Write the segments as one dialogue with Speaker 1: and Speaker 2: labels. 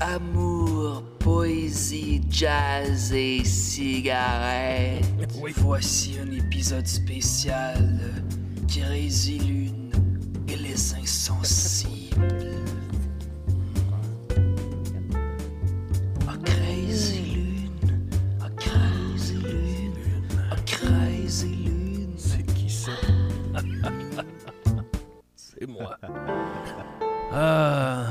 Speaker 1: Amour, poésie, jazz et cigarettes. Voici un épisode spécial qui résilie l'une et les insensibles. A crazy lune, a crazy lune, a crazy lune.
Speaker 2: C'est qui ça? C'est moi. Ah.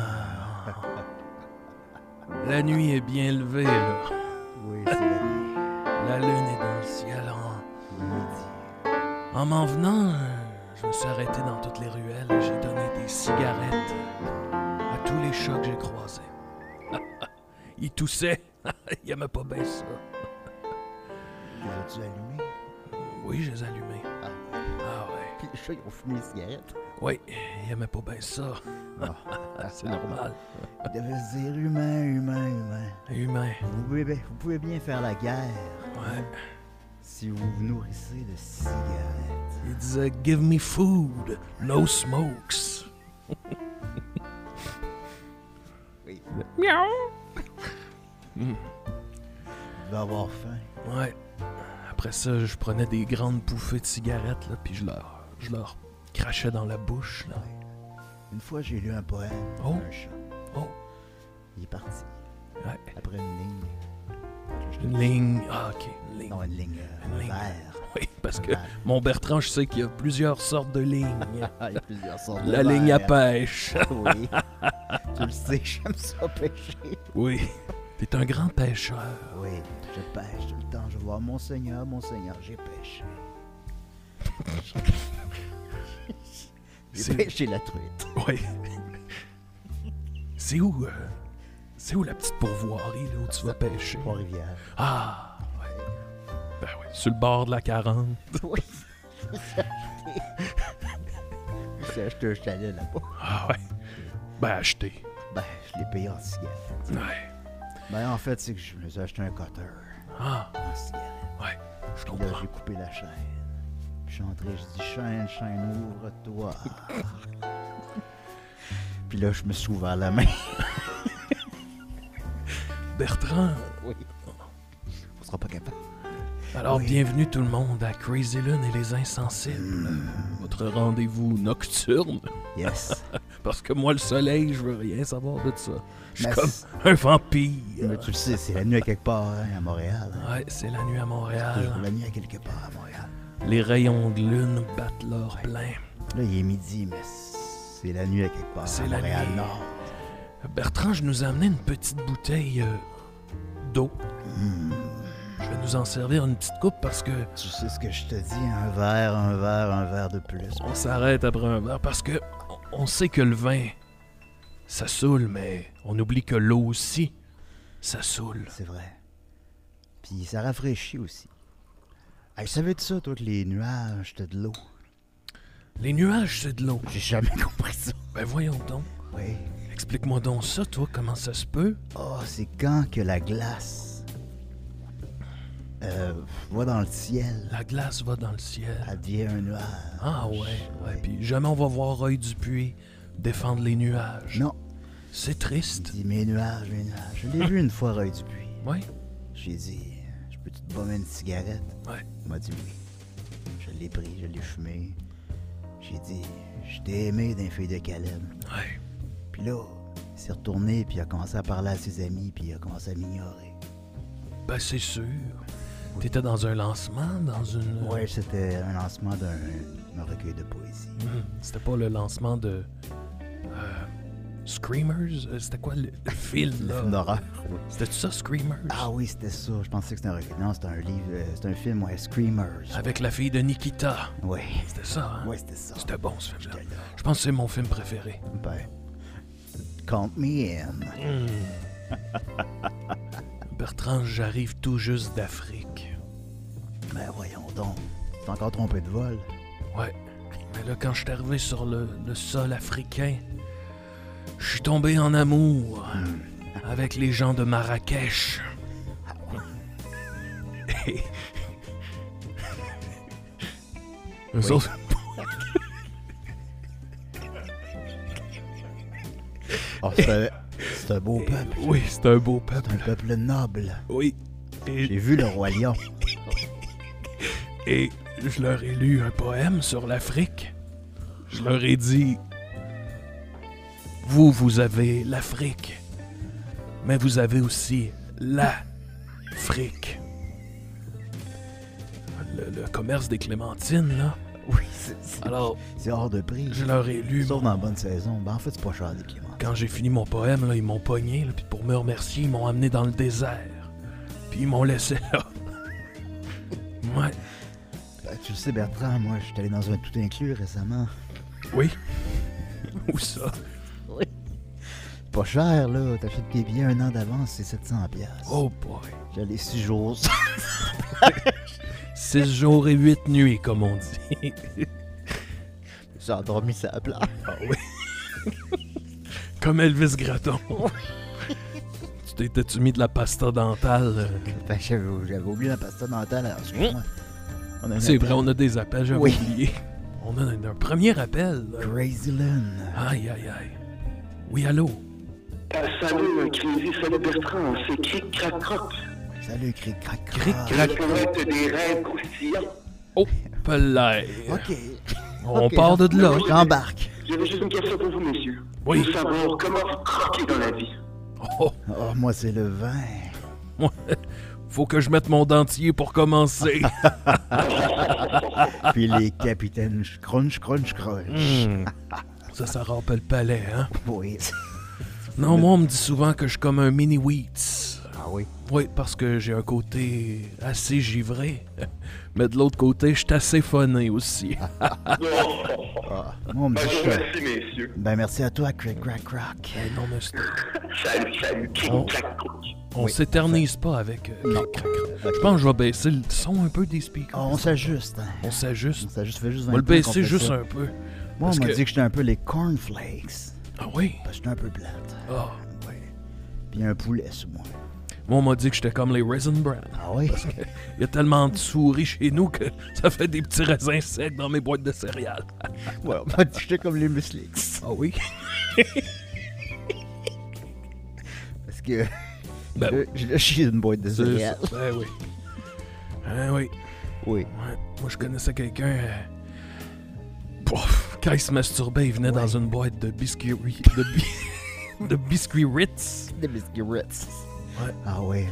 Speaker 2: La nuit est bien levée, là.
Speaker 3: Oui, c'est la nuit.
Speaker 2: La lune est dans le ciel. En,
Speaker 3: le midi.
Speaker 2: en m'en venant, euh, je me suis arrêté dans toutes les ruelles et j'ai donné des cigarettes à tous les chats que j'ai croisés. Ils toussaient. Ils aimaient pas bien ça.
Speaker 3: Les as-tu allumé?
Speaker 2: Oui, je les ai allumés.
Speaker 3: Ah,
Speaker 2: Ah ouais.
Speaker 3: puis les chats, ils ont fumé les cigarettes.
Speaker 2: Oui, ils aimaient pas bien ça. C'est normal.
Speaker 3: Ils devaient se dire humain, humain, humain.
Speaker 2: Humain.
Speaker 3: Vous pouvez, bien- vous pouvez bien faire la guerre
Speaker 2: Ouais.
Speaker 3: si vous vous nourrissez de cigarettes.
Speaker 2: Il disait Give me food, no smokes.
Speaker 3: Oui.
Speaker 2: Miaou.
Speaker 3: Vous devez avoir faim.
Speaker 2: Ouais. Après ça, je prenais des grandes bouffées de cigarettes, là, puis je leur, je leur crachais dans la bouche, là.
Speaker 3: Une fois, j'ai lu un poème
Speaker 2: Oh.
Speaker 3: d'un chat.
Speaker 2: Oh,
Speaker 3: Il est parti
Speaker 2: ouais.
Speaker 3: après une ligne.
Speaker 2: Une ligne. Ah, ok, une ligne.
Speaker 3: Non, une ligne euh,
Speaker 2: Une ligne.
Speaker 3: vert.
Speaker 2: Oui, parce que mon Bertrand, je sais qu'il y a plusieurs sortes de lignes.
Speaker 3: Ah, il y a plusieurs sortes de
Speaker 2: La ligne à
Speaker 3: verts.
Speaker 2: pêche.
Speaker 3: Oui. tu le sais, j'aime ça pêcher.
Speaker 2: Oui. T'es un grand pêcheur.
Speaker 3: Oui, je pêche tout le temps. Je vois mon Seigneur, mon Seigneur, j'ai pêché.
Speaker 2: C'est-
Speaker 3: j'ai pêché la truite.
Speaker 2: Oui. C'est où, euh, c'est où la petite pourvoirie, là, où tu vas pêcher?
Speaker 3: Trois-Rivières.
Speaker 2: Ah, ouais. Ben oui, sur le bord de la 40.
Speaker 3: Oui. J'ai acheté un chalet là-bas.
Speaker 2: Ah ouais. Ben acheter.
Speaker 3: Ben, je l'ai payé en cigarette.
Speaker 2: Ouais.
Speaker 3: Ben, en fait, c'est que je me suis acheté un cutter
Speaker 2: Ah,
Speaker 3: en cigarette.
Speaker 2: ouais. Je
Speaker 3: Puis là,
Speaker 2: comprends.
Speaker 3: j'ai coupé la chaîne. Puis je suis entré, je dis chaîne, chaîne, ouvre-toi. Puis là, je me suis ouvert la main.
Speaker 2: Bertrand,
Speaker 3: Oui. On sera pas capable.
Speaker 2: alors
Speaker 3: Oui.
Speaker 2: bienvenue tout le monde à Crazy Lune et les Insensibles. Hmm. Votre rendez-vous nocturne.
Speaker 3: Yes.
Speaker 2: Parce que moi, le soleil, je veux rien savoir de ça. Je suis
Speaker 3: Mais
Speaker 2: comme
Speaker 3: c'est-
Speaker 2: un vampire.
Speaker 3: Mais tu le sais, c'est la nuit à quelque part hein, à Montréal. hein.
Speaker 2: Ouais, c'est la nuit à
Speaker 3: Toujours
Speaker 2: Montréal.
Speaker 3: la nuit à quelque part à Montréal.
Speaker 2: Les rayons de lune battent leur plein.
Speaker 3: Là, il est midi, mais c'est la nuit à quelque part
Speaker 2: C'est
Speaker 3: à
Speaker 2: la
Speaker 3: Montréal
Speaker 2: nuit.
Speaker 3: Nord.
Speaker 2: Bertrand, je nous ai amené une petite bouteille euh, d'eau. Je vais nous en servir une petite coupe parce que
Speaker 3: Tu sais ce que je te dis, un verre, un verre, un verre de plus.
Speaker 2: On s'arrête après un verre parce que on on sait que le vin, ça saoule, mais on oublie que l'eau aussi, ça saoule.
Speaker 3: C'est vrai. Puis ça rafraîchit aussi. Hey, savais-tu ça, toi, que les nuages, c'était de l'eau?
Speaker 2: Les nuages, c'est de l'eau.
Speaker 3: J'ai jamais compris ça.
Speaker 2: Ben voyons donc.
Speaker 3: Oui.
Speaker 2: Explique-moi donc ça, toi, comment ça se peut?
Speaker 3: Oh, c'est quand que la glace euh, va dans le ciel,
Speaker 2: La glace va dans le ciel.
Speaker 3: elle devient un nuage.
Speaker 2: Ah ouais, ouais. Puis jamais on va voir Roy Dupuis défendre les nuages.
Speaker 3: Non,
Speaker 2: C'est
Speaker 3: il
Speaker 2: triste.
Speaker 3: dit mes nuages, mes nuages. Je l'ai vu une fois, Roy Dupuis.
Speaker 2: Ouais,
Speaker 3: J'ai dit, je peux-tu te bomber une cigarette?
Speaker 2: ouais.
Speaker 3: Il m'a dit oui. Je l'ai pris, je l'ai fumé. J'ai dit, je t'ai aimé d'un feuille de Caleb.
Speaker 2: Ouais.
Speaker 3: Puis là, il s'est retourné, puis il a commencé à parler à ses amis, puis il a commencé à m'ignorer.
Speaker 2: Ben c'est sûr. T'étais dans un lancement, dans une. euh,
Speaker 3: Ouais, c'était un lancement d'un d'un recueil de poésie.
Speaker 2: Mhm. C'était pas le lancement de. euh, Screamers Euh, C'était quoi le, le film
Speaker 3: Le
Speaker 2: là
Speaker 3: film d'horreur. oui.
Speaker 2: C'était ça, Screamers
Speaker 3: Ah oui, c'était ça. Je pensais que c'était un recueil. Non, c'était un livre, euh, c'était un film, ouais, Screamers.
Speaker 2: Avec la fille de Nikita.
Speaker 3: Oui.
Speaker 2: C'était ça, hein
Speaker 3: Ouais, c'était ça.
Speaker 2: C'était bon ce film-là.
Speaker 3: J'étais là.
Speaker 2: Je pense que c'est mon film préféré.
Speaker 3: Ben, count me in.
Speaker 2: Bertrand, j'arrive tout juste d'Afrique.
Speaker 3: Ben voyons donc. T'es encore trompé de vol.
Speaker 2: Ouais. Mais là, quand je suis arrivé sur le, le sol africain, je suis tombé en amour avec les gens de Marrakech. Et- Eux autres-
Speaker 3: On savait, Oh, C'est un beau peuple.
Speaker 2: Oui, c'est un beau peuple.
Speaker 3: C'est un peuple noble.
Speaker 2: Oui.
Speaker 3: J'ai
Speaker 2: Et,
Speaker 3: vu le roi lion.
Speaker 2: et je leur ai lu un poème sur l'Afrique. Je leur ai dit Vous, vous avez l'Afrique, mais vous avez aussi l'Afrique. Le, le commerce des clémentines, là.
Speaker 3: Oui, c'est- c'est-
Speaker 2: Alors,
Speaker 3: c'est hors de prix.
Speaker 2: je leur ai lu.
Speaker 3: Sauf en bonne saison. Ben, en fait, c'est pas cher des clémentines.
Speaker 2: Quand j'ai fini mon poème, là, ils m'ont pogné, là, puis pour me remercier, ils m'ont amené dans le désert. Puis ils m'ont laissé là. Ouais.
Speaker 3: Ben, tu le sais, Bertrand, moi, je suis allé dans un tout inclus récemment.
Speaker 2: Oui. Où ça?
Speaker 3: Pas cher, là. T'achètes tes billets un an d'avance, c'est 700$. piastres.
Speaker 2: Oh boy.
Speaker 3: J'allais six jours.
Speaker 2: Six jours et huit nuits, comme on dit.
Speaker 3: J'ai endormi ça à plat.
Speaker 2: Ah oui. comme Elvis Gratton. tu t'étais-tu mis de la pasta dentale? euh?
Speaker 3: Fait que Ben, j'avais j'avais oublié la pasta dentale. alors, excuse-moi. On a un
Speaker 2: C'est
Speaker 3: appel.
Speaker 2: vrai, on a des appels, j'avais
Speaker 3: Oui.
Speaker 2: oublié. On a un, un premier appel. là.
Speaker 3: Crazy Lynn.
Speaker 2: Aïe, aïe, aïe. Oui, allô?
Speaker 4: Ah, salut, Crazy, salut Bertrand, hein, c'est Cric Crac Croc.
Speaker 3: Salut, Cric Crac
Speaker 2: Cric,
Speaker 3: Crac.
Speaker 4: La comète des rêves croustillants.
Speaker 2: Oh, palais.
Speaker 3: Ok.
Speaker 2: On
Speaker 3: Ok,
Speaker 2: part de
Speaker 3: j'em-
Speaker 2: là.
Speaker 3: J'embarque.
Speaker 4: J'avais juste une question pour vous, messieurs.
Speaker 2: Oui.
Speaker 4: Nous savons comment vous croquez dans la vie.
Speaker 2: Oh,
Speaker 3: Oh, moi, c'est le vin.
Speaker 2: moi, faut que je mette mon dentier pour commencer.
Speaker 3: Puis les capitaines crunch, crunch, crunch.
Speaker 2: Hmm. Ça, ça rappelle palais, hein?
Speaker 3: Oui.
Speaker 2: Non, moi, on me dit souvent que je suis comme un mini Wheats.
Speaker 3: Ah oui.
Speaker 2: Oui, parce que j'ai un côté assez givré. Mais de l'autre côté, je suis assez phoné aussi.
Speaker 3: Ah, moi, on me
Speaker 4: Ben,
Speaker 3: dit
Speaker 4: je vous
Speaker 3: que je-
Speaker 4: remercie, messieurs.
Speaker 3: Ben, merci à toi, Cric Crac Crac.
Speaker 2: Eh non, mais c'est-
Speaker 4: Salut, salut,
Speaker 2: Oh.
Speaker 4: Cric Crac Croc.
Speaker 2: on
Speaker 3: Oui.
Speaker 2: s'éternise pas avec... euh,
Speaker 3: Non.
Speaker 2: crac, crac, crac.
Speaker 3: Ok.
Speaker 2: Je pense que je vais baisser le son un peu des speakers.
Speaker 3: Ah, on s'ajuste. hein.
Speaker 2: On s'ajuste.
Speaker 3: On s'ajuste, fait juste
Speaker 2: On
Speaker 3: 20
Speaker 2: va le
Speaker 3: minutes qu'on
Speaker 2: baisser
Speaker 3: fait
Speaker 2: juste
Speaker 3: ça.
Speaker 2: un peu.
Speaker 3: Moi,
Speaker 2: parce
Speaker 3: on m'a
Speaker 2: que-
Speaker 3: dit que j'étais un peu les cornflakes.
Speaker 2: Ah oui?
Speaker 3: Parce que j'étais un peu plate.
Speaker 2: Ah.
Speaker 3: Oui. Puis un poulet sous moi.
Speaker 2: Moi, on m'a dit que j'étais comme les Raisin Bran.
Speaker 3: Ah oui?
Speaker 2: Il y a tellement de souris chez nous que ça fait des petits raisins secs dans mes boîtes de céréales.
Speaker 3: Ouais, on m'a dit que j'étais comme les muslix.
Speaker 2: Ah oui?
Speaker 3: Parce que
Speaker 2: Ben oui.
Speaker 3: je- je l'ai chié d'une boîte de
Speaker 2: C'est
Speaker 3: céréales.
Speaker 2: ça. Ben oui. Ben oui.
Speaker 3: Oui.
Speaker 2: Ouais. Moi, je connaissais quelqu'un. euh, pouf, quand il se masturbait, il venait dans une boîte de biscuits. De, bi- de biscuits Ritz.
Speaker 3: Des biscuits Ritz.
Speaker 2: Ouais.
Speaker 3: Ah oui.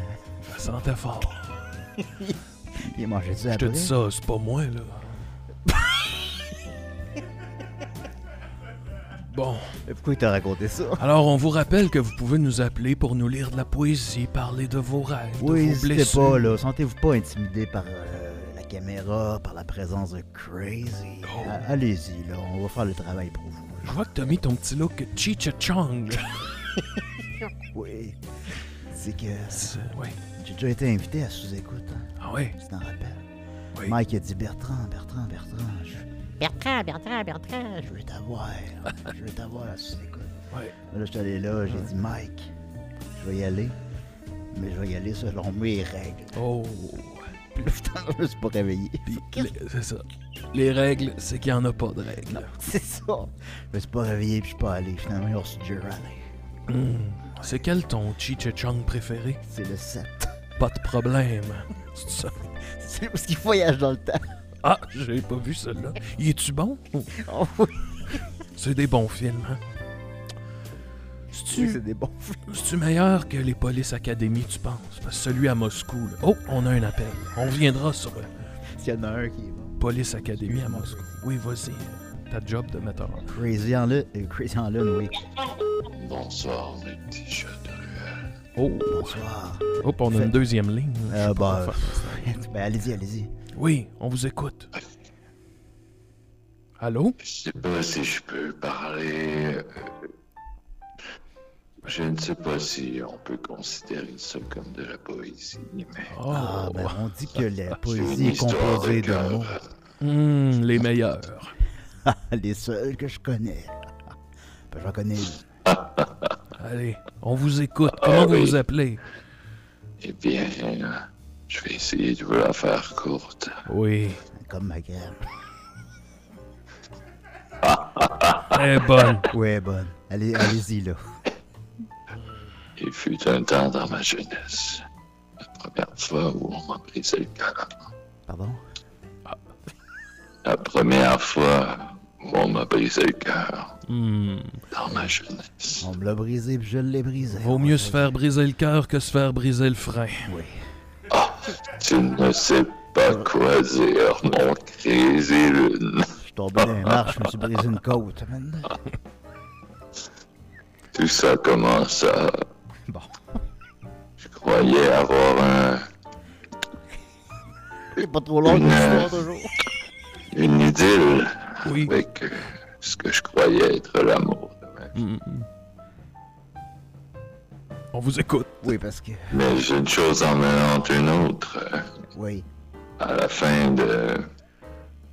Speaker 2: Ça sentait fort.
Speaker 3: Il mangeait ça
Speaker 2: Je te
Speaker 3: après.
Speaker 2: dis ça, c'est pas moi, là. Bon.
Speaker 3: Mais Pourquoi il t'a raconté ça?
Speaker 2: Alors, on vous rappelle que vous pouvez nous appeler pour nous lire de la poésie, parler de vos rêves,
Speaker 3: Oui,
Speaker 2: de vos
Speaker 3: n'hésitez
Speaker 2: blessures.
Speaker 3: pas, là. Sentez-vous pas intimidé par euh, la caméra, par la présence de Crazy.
Speaker 2: Oh.
Speaker 3: A- Allez-y, là. On va faire le travail pour vous.
Speaker 2: Je vois que t'as mis ton petit look Chicha Chong.
Speaker 3: Oui. C'est que
Speaker 2: Oui.
Speaker 3: j'ai déjà été invité à sous-écoute. hein.
Speaker 2: Ah ouais.
Speaker 3: Tu t'en rappelles?
Speaker 2: Oui.
Speaker 3: Mike a dit Bertrand, Bertrand, Bertrand, je,
Speaker 5: Bertrand, Bertrand, Bertrand.
Speaker 3: je veux t'avoir. je veux t'avoir à sous-écoute.
Speaker 2: Ouais.
Speaker 3: Là, je suis allé là, j'ai dit Mike, je vais y aller. Mais je vais y aller selon mes règles.
Speaker 2: Oh.
Speaker 3: Puis là, putain, je me suis pas réveillé.
Speaker 2: Puis, les- c'est ça. Les règles, c'est qu'il y en a pas de règles.
Speaker 3: C'est ça. Je me suis pas réveillé puis je suis pas allé. Finalement, ils ont reçu Jerry Allen.
Speaker 2: Hmm. C'est quel ton Chicha Chong préféré?
Speaker 3: C'est le 7.
Speaker 2: Pas de problème. C'est ça.
Speaker 3: C'est parce qu'il voyage dans le temps.
Speaker 2: Ah, j'ai pas vu celle-là. Y es-tu bon?
Speaker 3: Oh oui,
Speaker 2: C'est des bons films, hein? C'est-tu
Speaker 3: c'est des bons films.
Speaker 2: c'est-tu meilleur que les Police Academy, tu penses? Parce que celui à Moscou, là. Oh, on a un appel. On viendra sur euh,
Speaker 3: Il y en a un qui est bon.
Speaker 2: Police Academy à Moscou. Oui, vas-y. Ta job de metteur. en-
Speaker 3: Crazy en lune, euh, Crazy en lune, oui.
Speaker 6: Bonsoir, mes petits jeux de ruelle.
Speaker 2: Oh,
Speaker 3: Bonsoir.
Speaker 2: hop, on a une deuxième ligne. là. Je sais pas
Speaker 3: Euh, Ah, bah,
Speaker 2: quoi faire.
Speaker 3: ben, allez-y, allez-y.
Speaker 2: Oui, on vous écoute. Allô?
Speaker 6: Je sais pas si je peux parler. euh, Je ne sais pas si on peut considérer ça comme de la poésie, mais.
Speaker 2: Oh.
Speaker 3: Ah, ben, on dit que la
Speaker 6: C'est
Speaker 3: poésie
Speaker 6: une
Speaker 3: est
Speaker 6: histoire
Speaker 3: composée de
Speaker 6: cœur.
Speaker 3: mots.
Speaker 2: Hmm, les meilleurs.
Speaker 3: Les seuls que je connais. Ben, j'en connais une.
Speaker 2: Allez, on vous écoute. Comment vous
Speaker 6: oui.
Speaker 2: vous appelez?
Speaker 6: Eh bien, euh, je vais essayer de vous la faire courte.
Speaker 2: Oui.
Speaker 3: comme ma gamme.
Speaker 2: Très bonne.
Speaker 3: Ouais, bonne. Allez, allez-y, là.
Speaker 7: Il fut un temps dans ma jeunesse, la première fois où on m'a brisé le cœur,
Speaker 3: Pardon?
Speaker 7: la première fois où on m'a brisé le cœur
Speaker 2: Hmm.
Speaker 7: dans ma jeunesse.
Speaker 3: On me l'a brisé puis je l'ai brisé.
Speaker 2: Vaut mieux se faire briser le cœur que se faire briser le frein.
Speaker 3: Oui.
Speaker 7: Tu ne sais pas quoi dire, mon crazy lune.
Speaker 3: Je suis tombé d'un marche, je me suis brisé une côte, man.
Speaker 7: Tout ça commence à...
Speaker 3: Bon.
Speaker 7: Je croyais avoir un-
Speaker 3: C'est pas trop long
Speaker 7: Une,
Speaker 3: l'histoire,
Speaker 7: euh,
Speaker 3: toujours.
Speaker 7: une idylle
Speaker 2: Oui.
Speaker 7: avec euh, ce que je croyais être l'amour.
Speaker 2: Hmm. On vous écoute.
Speaker 3: Oui, parce que.
Speaker 7: Mais une chose en menant une autre, euh,
Speaker 3: Oui.
Speaker 7: à la fin de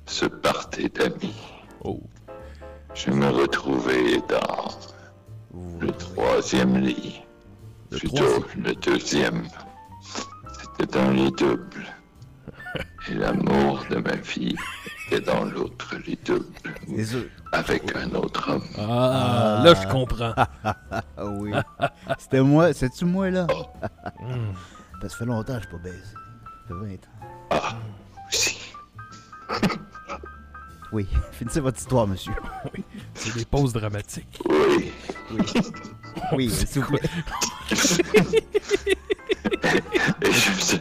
Speaker 7: ce party d'amis,
Speaker 2: Oh.
Speaker 7: je me retrouvais dans
Speaker 3: Vous
Speaker 7: le troisième lit.
Speaker 2: Le
Speaker 7: Plutôt
Speaker 2: troisième.
Speaker 7: le deuxième. C'était un lit double. Et l'amour de ma vie était dans l'autre lit double,
Speaker 3: Les sûr.
Speaker 7: avec un autre homme.
Speaker 2: Ah, là, je comprends.
Speaker 3: Ah oui. C'était moi, c'est-tu moi, là?
Speaker 2: Hmm.
Speaker 3: Parce que ça fait longtemps que je suis pas baisé. Ça fait 20 ans.
Speaker 7: aussi.
Speaker 3: Oui, finissez votre histoire, monsieur.
Speaker 2: C'est des pauses dramatiques.
Speaker 7: Oui.
Speaker 3: Oui, s'il vous plaît.
Speaker 7: Et je me suis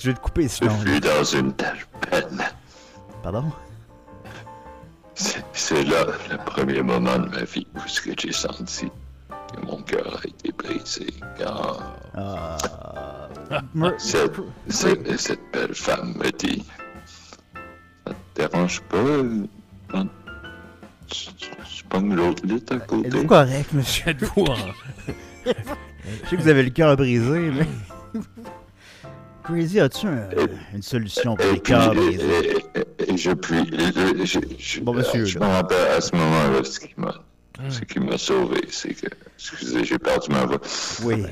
Speaker 3: Je vais te couper sinon. là.
Speaker 7: vu dans une tâche peine.
Speaker 3: Pardon?
Speaker 7: C'est c'est là le premier moment de ma vie où ce que j'ai senti que mon cœur a été brisé quand
Speaker 3: Ah. Mer-
Speaker 7: cette, cette- cette belle femme me dit Ça te dérange pas euh, quand tu, tu, tu pognes l'autre lit à côté
Speaker 3: Êtes-vous correct, monsieur?
Speaker 2: Êtes-vous en...
Speaker 3: Je sais que vous avez le cœur brisé, mais. Crazy, as-tu un- une solution pour
Speaker 7: Et
Speaker 3: les
Speaker 7: puis,
Speaker 3: cœurs
Speaker 7: et,
Speaker 3: brisés?
Speaker 7: et- et- et je puis, et- et- je, je-
Speaker 3: Bon, monsieur, Hum.
Speaker 7: je me
Speaker 3: là.
Speaker 7: rappelle à ce moment-là ce qui m'a,
Speaker 2: Hmm.
Speaker 7: ce qui m'a sauvé, c'est que, excusez, j'ai perdu ma voix.
Speaker 3: Oui,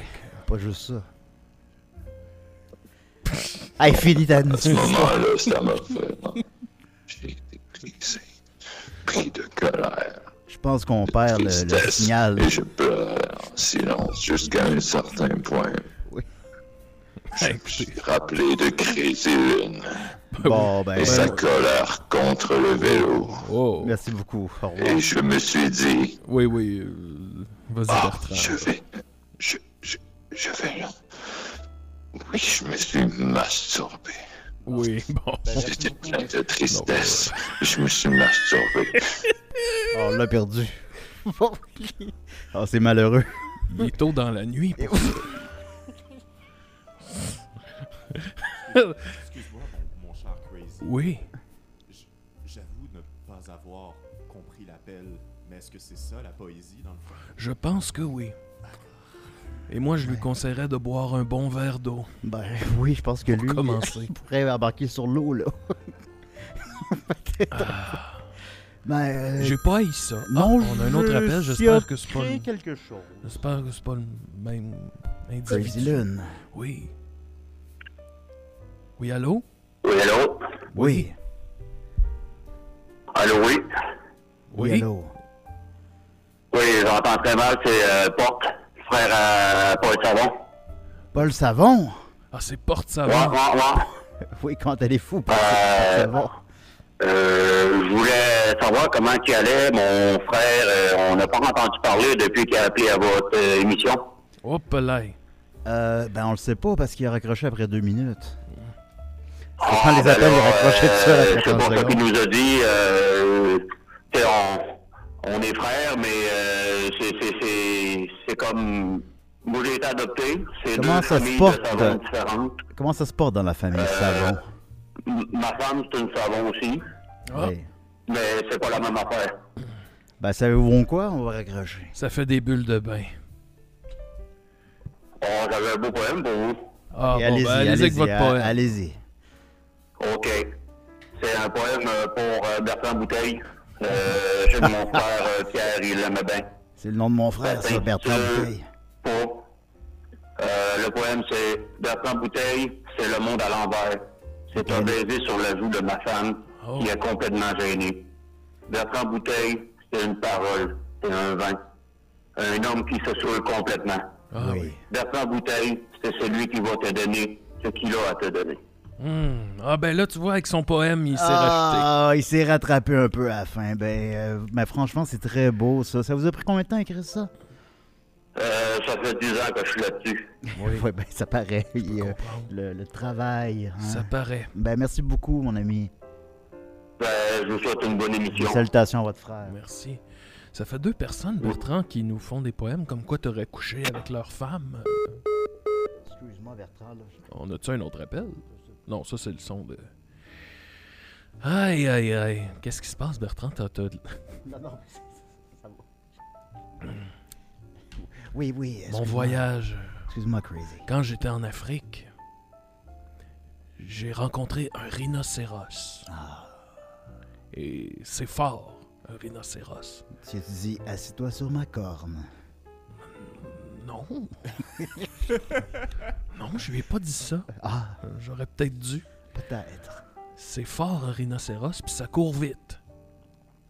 Speaker 3: pas juste ça. Hey, finis ta
Speaker 7: À ce moment-là, euh, ça m'a fait. hein. J'ai été brisé, pris de colère.
Speaker 3: Je pense qu'on perd le- le,
Speaker 7: tristesse,
Speaker 3: signal.
Speaker 7: Et je pleurais en silence jusqu'à un certain point.
Speaker 3: Oui.
Speaker 7: Je me suis rappelé de Crésilune
Speaker 3: Bon, ben,
Speaker 7: et sa
Speaker 3: ben,
Speaker 7: colère contre le vélo.
Speaker 2: Oh.
Speaker 3: merci beaucoup. Au revoir.
Speaker 7: Et je me suis dit,
Speaker 2: Oui, oui. euh, Vas-y,
Speaker 7: ah,
Speaker 2: Bertrand.
Speaker 7: je vais, je, je, je vais là. Oui, je me suis masturbé.
Speaker 2: Oui, bon.
Speaker 3: Oh.
Speaker 7: J'étais plein de tristesse. Je me suis masturbé.
Speaker 3: Oh, on l'a perdu. oh, c'est malheureux.
Speaker 2: Ben, Il est tôt dans la nuit. pour-
Speaker 8: Excuse-moi, mon, mon cher Crazy.
Speaker 2: Oui.
Speaker 8: J- J'avoue ne pas avoir compris l'appel, mais est-ce que c'est ça la poésie dans le fond
Speaker 2: Je pense que oui. Et moi, je lui conseillerais de boire un bon verre d'eau.
Speaker 3: Ben oui, je pense que lui,
Speaker 2: commencer.
Speaker 3: il pourrait embarquer sur l'eau, là. ben, euh,
Speaker 2: J'ai pas haï ça. Ah,
Speaker 3: non,
Speaker 2: on a un autre
Speaker 3: je
Speaker 2: appel.
Speaker 3: suis
Speaker 2: J'espère que c'est pas.
Speaker 3: j'ai
Speaker 2: le-
Speaker 3: quelque chose.
Speaker 2: J'espère que c'est pas le même individu.
Speaker 3: Crazy Lune.
Speaker 2: Oui. Oui, allô?
Speaker 4: Oui, allô?
Speaker 3: Oui.
Speaker 4: Allô, oui?
Speaker 3: Oui, allô.
Speaker 4: Oui, j'entends très mal, c'est euh, Porte, frère euh, Paul Savon.
Speaker 3: Paul Savon.
Speaker 2: Ah, c'est Porte
Speaker 4: Ouais,
Speaker 2: Savon.
Speaker 4: ouais, ouais.
Speaker 3: Oui, quand elle est fou, Paul
Speaker 4: Euh,
Speaker 3: Savon.
Speaker 4: Euh, je voulais savoir comment tu allais, mon frère. euh, on n'a pas entendu parler depuis qu'il a appelé à votre euh, émission.
Speaker 2: Hop là.
Speaker 3: Euh, ben, on le sait pas parce qu'il a raccroché après deux minutes.
Speaker 4: Ah,
Speaker 3: quand les
Speaker 4: ben
Speaker 3: appels,
Speaker 4: là,
Speaker 3: ils raccrochaient tout seul après
Speaker 4: euh, C'est
Speaker 3: 30
Speaker 4: pour ça qu'il
Speaker 3: secondes.
Speaker 4: nous a dit, euh, tu sais, on, on est frères, mais euh, c'est- c'est- c'est- c'est comme... Moi, j'ai été adopté. C'est
Speaker 3: Comment
Speaker 4: deux
Speaker 3: ça se
Speaker 4: familles
Speaker 3: porte?
Speaker 4: de savons différentes.
Speaker 3: Comment ça se porte dans la famille
Speaker 2: Euh,
Speaker 3: Savon?
Speaker 4: M- Ma femme, c'est une savon aussi,
Speaker 2: Ah.
Speaker 3: Oui.
Speaker 4: mais c'est pas la même affaire.
Speaker 3: Ben, savez-vous quoi? On va raccrocher.
Speaker 2: Ça fait des bulles de bain.
Speaker 4: Oh, J'avais un beau poème pour vous.
Speaker 2: Ah,
Speaker 3: Et
Speaker 2: bon, ben, allez-y avec votre
Speaker 3: a-
Speaker 2: poème.
Speaker 3: Allez-y.
Speaker 4: OK. C'est un poème euh, pour euh, Bertrand Bouteille. Euh, J'aime mon frère euh, Pierre, il l'aime bien.
Speaker 3: C'est le nom de mon frère, ça,
Speaker 4: Attends,
Speaker 3: Bertrand
Speaker 2: Ah
Speaker 4: euh,
Speaker 3: Bouteille.
Speaker 4: Pour. Euh, le poème, c'est Bertrand Bouteille, c'est le monde à l'envers. C'est un baiser sur la joue de ma femme
Speaker 2: Oh.
Speaker 4: qui est complètement gênée. Bertrand Bouteille, c'est une parole, c'est un vin. Un homme qui se saoule complètement.
Speaker 2: Ah oui.
Speaker 4: Bertrand Bouteille, c'est celui qui va te donner ce qu'il a à te donner.
Speaker 2: Hmm. Ah ben là, tu vois, avec son poème, il s'est racheté.
Speaker 3: Ah, il s'est rattrapé un peu à la fin. Ben, euh, mais franchement, c'est très beau, ça. Ça vous a pris combien de temps à écrire ça?
Speaker 4: Euh, ça fait 10 ans que je suis là-dessus.
Speaker 2: Oui,
Speaker 3: Ouais, ben, ça paraît.
Speaker 2: je
Speaker 3: euh,
Speaker 2: comprends.
Speaker 3: le, le travail. hein.
Speaker 2: Ça paraît.
Speaker 3: Ben, merci beaucoup, mon ami.
Speaker 4: Ben, je vous souhaite une bonne émission.
Speaker 3: Salutations à votre frère.
Speaker 2: Merci. Ça fait deux personnes, Bertrand, qui nous font des poèmes comme quoi t'aurais couché avec leur femme.
Speaker 3: Excuse-moi, Bertrand. là, je-
Speaker 2: On a-tu un autre appel? Non, ça, c'est le son de... Aïe, aïe, aïe. Qu'est-ce qui se passe, Bertrand? T'as- t'as-
Speaker 3: Non, non, ça ça va. Oui, oui.
Speaker 2: Mon
Speaker 3: excuse-moi.
Speaker 2: voyage...
Speaker 3: Excuse-moi, Crazy.
Speaker 2: Quand j'étais en Afrique, j'ai rencontré un rhinocéros. Et c'est fort, un rhinocéros.
Speaker 3: Tu te dis, assis-toi sur ma corne.
Speaker 2: Non. non, je lui ai pas dit ça.
Speaker 3: Ah,
Speaker 2: Euh, J'aurais peut-être dû.
Speaker 3: peut-être.
Speaker 2: C'est fort, un rhinocéros, puis ça court vite.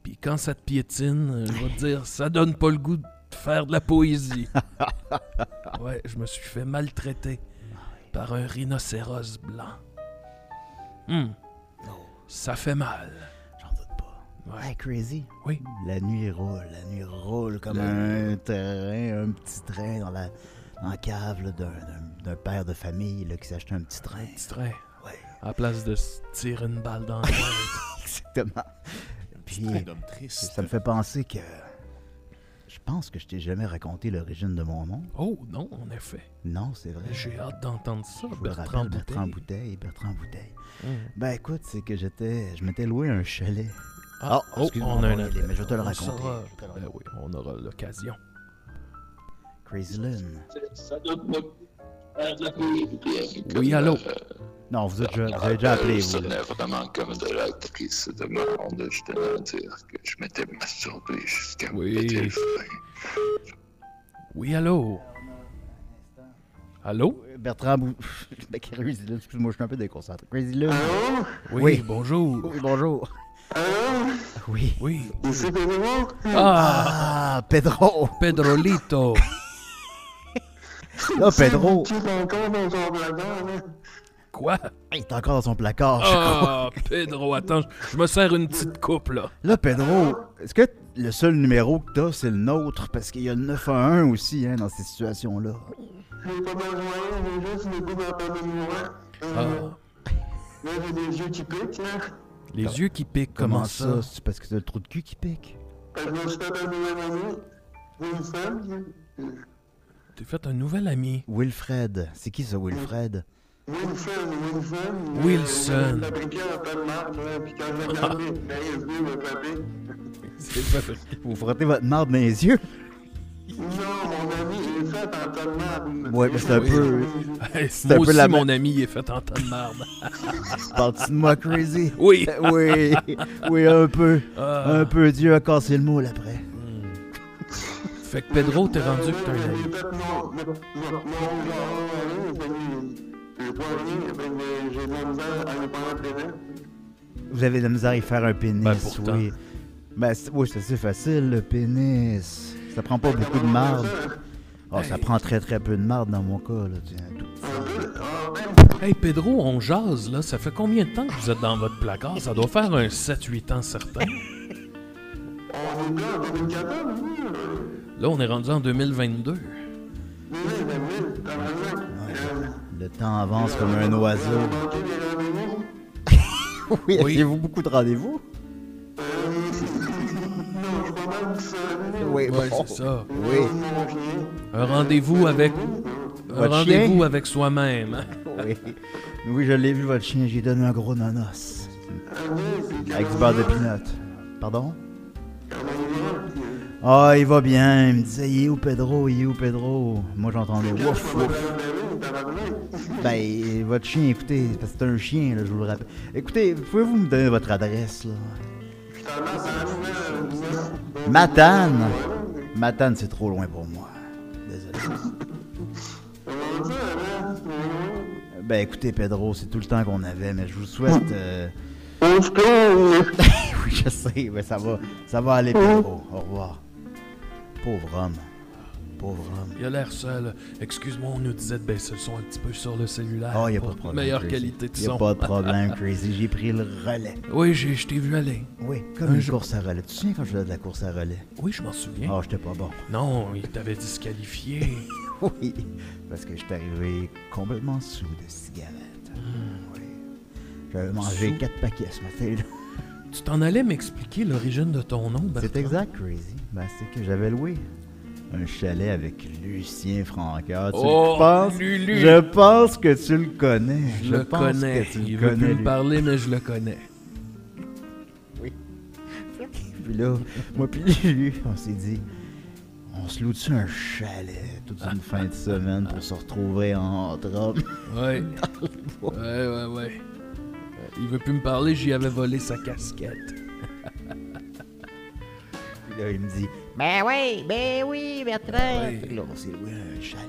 Speaker 2: Puis quand ça te piétine, euh, je vais te dire, ça donne pas le goût de faire de la poésie. Ouais, je me suis fait maltraiter par un rhinocéros blanc. Hmm. Ça fait mal.
Speaker 3: J'en doute pas.
Speaker 2: Ouais.
Speaker 3: Hey, Crazy.
Speaker 2: Oui.
Speaker 3: La nuit roule, la nuit roule comme un terrain, un petit train dans la, dans la cave là, d'un- d'un d'un père de famille là, qui s'achète un petit train.
Speaker 2: Petit train.
Speaker 3: Ouais.
Speaker 2: À la place de se tirer une balle dans la tête.
Speaker 3: Exactement. Puis,
Speaker 7: Train d'homme triste.
Speaker 3: ça me fait penser que. Je pense que je t'ai jamais raconté l'origine de mon nom.
Speaker 2: Oh non, en effet.
Speaker 3: Non, c'est vrai.
Speaker 2: J'ai hâte d'entendre ça,
Speaker 3: Je vous le
Speaker 2: Bertrand
Speaker 3: rappelle, Bertrand
Speaker 2: Bouteille.
Speaker 3: Bouteille, Bertrand Bouteille.
Speaker 2: Mhm.
Speaker 3: Ben écoute, c'est que j'étais, je m'étais loué un chalet.
Speaker 2: Ah,
Speaker 3: Oh, excuse-moi, on est- mais je vais te le
Speaker 2: On
Speaker 3: raconter,
Speaker 2: saura-
Speaker 3: je vais te le
Speaker 2: ben oui, on aura l'occasion.
Speaker 3: Crazy Lynn.
Speaker 6: Ça donne la vérité.
Speaker 2: Oui, allô?
Speaker 3: Non, vous, êtes, déjà- vous avez déjà appelé, vous.
Speaker 6: Ça
Speaker 3: là.
Speaker 6: Euh, n'est vraiment comme de l'actrice de monde. Je tenais à dire que je m'étais masturbé jusqu'à me
Speaker 2: Oui.
Speaker 6: péter le frein.
Speaker 2: Oui, allô? Allô?
Speaker 3: Bertrand Bou... Ben, Crazy Lynn, excuse-moi, je suis un peu déconcentré. Crazy Lynn.
Speaker 4: Allô?
Speaker 2: Oui,
Speaker 3: Oui.
Speaker 2: bonjour.
Speaker 3: Oui, bonjour.
Speaker 4: Allô?
Speaker 3: Oui.
Speaker 2: Oui.
Speaker 4: Ici Pedro?
Speaker 2: Ah,
Speaker 3: Ah, Pedro.
Speaker 2: Pedrolito.
Speaker 3: Là, Pedro.
Speaker 4: Tu es encore dans ton blabla, là?
Speaker 2: Quoi?
Speaker 3: Il est encore dans son placard, je crois.
Speaker 2: Ah, Pedro, attends, je- je me sers une petite coupe, là.
Speaker 3: Là, Pedro, est-ce que le seul numéro que t'as, c'est le nôtre? Parce qu'il y a le 911 aussi, hein, dans ces situations-là.
Speaker 4: J'ai pas besoin, j'ai juste le goût d'entendre de moi.
Speaker 2: Ah,
Speaker 4: Euh, Là, j'ai des yeux qui piquent, là.
Speaker 2: les yeux qui piquent, comment, ça?
Speaker 3: C'est parce que t'as le trou de cul qui pique.
Speaker 4: Fait que je me suis fait un nouvel ami. J'ai une femme.
Speaker 2: T'es fait un nouvel ami.
Speaker 3: Wilfred. C'est qui ça,
Speaker 2: Mm.
Speaker 3: Wilfred?
Speaker 4: Wilson, Wilson.
Speaker 2: Wilson. Ah.
Speaker 4: Je fabriquais un peu de marde, là, puis quand j'ai regardé, ben, il est venu me frapper.
Speaker 2: C'est pas vrai.
Speaker 3: Vous frottez votre marde dans les yeux?
Speaker 4: Non, mon ami, il est fait en tas de marde.
Speaker 3: Ouais, mais c'est un peu.
Speaker 2: Hey,
Speaker 3: un
Speaker 2: Moi
Speaker 3: peu
Speaker 2: aussi,
Speaker 3: la
Speaker 2: mon ami, il est fait en tas de marde.
Speaker 3: Parti de moi, crazy?
Speaker 2: Oui.
Speaker 3: oui, oui, un peu.
Speaker 2: Ah.
Speaker 3: Un peu. Dieu a cassé le moule après.
Speaker 2: Fait que Pedro, t'es rendu que t'es un ami.
Speaker 4: J'ai fait mon- mon- mon- mon genre, euh, fait que j'ai pas aimé, fait que j'ai de la misère à lui parler présent.
Speaker 3: Vous avez de la misère à y faire un pénis,
Speaker 2: Ben, pourtant.
Speaker 3: oui. Ben, c'est- oui, c'est assez facile, le pénis. Ça prend pas beaucoup de marde. Oh, ça prend très très peu de marde dans mon cas, là. tu sais, un tout petit-
Speaker 2: Hey Pedro, on jase là, ça fait combien de temps que vous êtes dans votre placard? Ça doit faire un 7-8 ans certain.
Speaker 4: On est là en 2014, oui.
Speaker 2: Là, on est rendu en 2022.
Speaker 4: Mais oui, mais oui, t'as raison. Euh,
Speaker 3: Le temps avance comme un oiseau.
Speaker 4: j'ai manqué des rendez-vous.
Speaker 3: Oui,
Speaker 2: Oui.
Speaker 3: avez-vous beaucoup de rendez-vous?
Speaker 4: Non, je suis pas mal seul.
Speaker 3: Oui,
Speaker 2: Ouais,
Speaker 3: bon.
Speaker 2: c'est ça.
Speaker 3: Oui,
Speaker 4: Mon chien.
Speaker 2: Un rendez-vous avec. Un
Speaker 3: Votre
Speaker 2: rendez-vous
Speaker 3: chien?
Speaker 2: avec soi-même. hein.
Speaker 3: oui. Oui, je l'ai vu, votre chien, j'ai donné un gros nanos. Avec du beurre de pinot. Pardon? Ah, il va bien. Il me disait, il est où Pedro? Il est où Pedro? Moi, j'entendais wouf, wouf. Ben, votre chien, écoutez, parce que c'est un chien, là, je vous le rappelle. Écoutez, pouvez-vous me donner votre adresse, là? Matane! Matane, c'est trop loin pour moi. Désolé.
Speaker 2: Ah.
Speaker 3: Ben, écoutez, Pedro, c'est tout le temps qu'on avait, mais je vous souhaite. euh, Ben
Speaker 4: On se tourne.
Speaker 3: oui, je sais, mais ça va, ça va aller, Pedro. Au revoir. Pauvre homme. pauvre homme.
Speaker 2: Il a l'air seul. Excuse-moi, on nous disait de baisser le son un petit peu sur le cellulaire.
Speaker 3: Oh, y
Speaker 2: Ah,
Speaker 3: a pas
Speaker 2: pour
Speaker 3: de problème.
Speaker 2: Meilleure
Speaker 3: Crazy.
Speaker 2: qualité de
Speaker 3: Y a
Speaker 2: son.
Speaker 3: pas de problème, Crazy. J'ai pris le relais.
Speaker 2: Oui, j'ai- je t'ai vu aller.
Speaker 3: Oui, comme
Speaker 2: Un
Speaker 3: une
Speaker 2: jour- Hein?
Speaker 3: course à relais. Tu te souviens quand je faisais de la course à relais?
Speaker 2: Oui, je m'en souviens.
Speaker 3: Oh, j'étais pas bon.
Speaker 2: Non, il t'avait disqualifié.
Speaker 3: Oui, parce que je suis arrivé complètement sous de cigarettes. Oui. J'avais
Speaker 2: Ah.
Speaker 3: mangé
Speaker 2: Sous?
Speaker 3: quatre paquets ce matin. là.
Speaker 2: tu t'en allais m'expliquer l'origine de ton nom, Ben, Bertrand?
Speaker 3: C'est exact, Crazy. Ben, c'est que j'avais loué un chalet avec Lucien Francoeur. Tu le
Speaker 2: Oh,
Speaker 3: penses?
Speaker 2: Lulu!
Speaker 3: Je pense que tu le connais.
Speaker 2: Je,
Speaker 3: Je
Speaker 2: le
Speaker 3: pense
Speaker 2: connais.
Speaker 3: que tu
Speaker 2: Il
Speaker 3: le
Speaker 2: veut
Speaker 3: connais.
Speaker 2: plus me parler, mais je le connais.
Speaker 3: Puis là, moi puis lui, on s'est dit, on se loue-tu un chalet toute une fin de semaine pour se retrouver entre hommes?
Speaker 2: Ouais. ouais, ouais, ouais. Euh, Il veut plus me parler, j'y avais volé sa casquette.
Speaker 3: Puis là, il me dit,
Speaker 5: Ben oui, ben oui, Bertrand.
Speaker 2: Oui.
Speaker 3: Fait que là, on s'est loué un chalet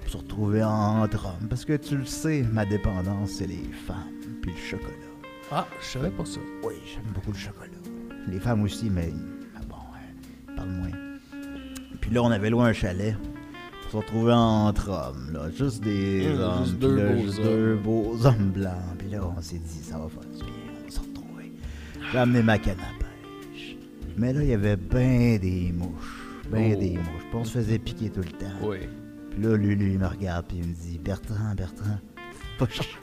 Speaker 3: pour se retrouver entre hommes. Parce que tu le sais, ma dépendance, c'est les femmes puis le chocolat.
Speaker 2: Ah, je savais pas ça.
Speaker 3: Oui, j'aime beaucoup le chocolat. Les femmes aussi, mais ah bon, euh, parle moins. Puis là, on avait loué un chalet pour se retrouver entre hommes, là. Juste des
Speaker 2: Hum,
Speaker 3: hommes.
Speaker 2: juste
Speaker 3: puis
Speaker 2: deux
Speaker 3: là,
Speaker 2: beaux
Speaker 3: juste
Speaker 2: hommes.
Speaker 3: deux beaux hommes blancs. Puis là, on s'est dit, ça va faire du bien, on va se retrouver. J'ai amené ma canne à pêche. Mais là, il y avait ben des mouches. Ben
Speaker 2: Oh.
Speaker 3: des mouches. Puis on se faisait piquer tout le temps.
Speaker 2: Oui.
Speaker 3: Puis là, Lulu, il me regarde, puis il me dit Bertrand, Bertrand, va chercher,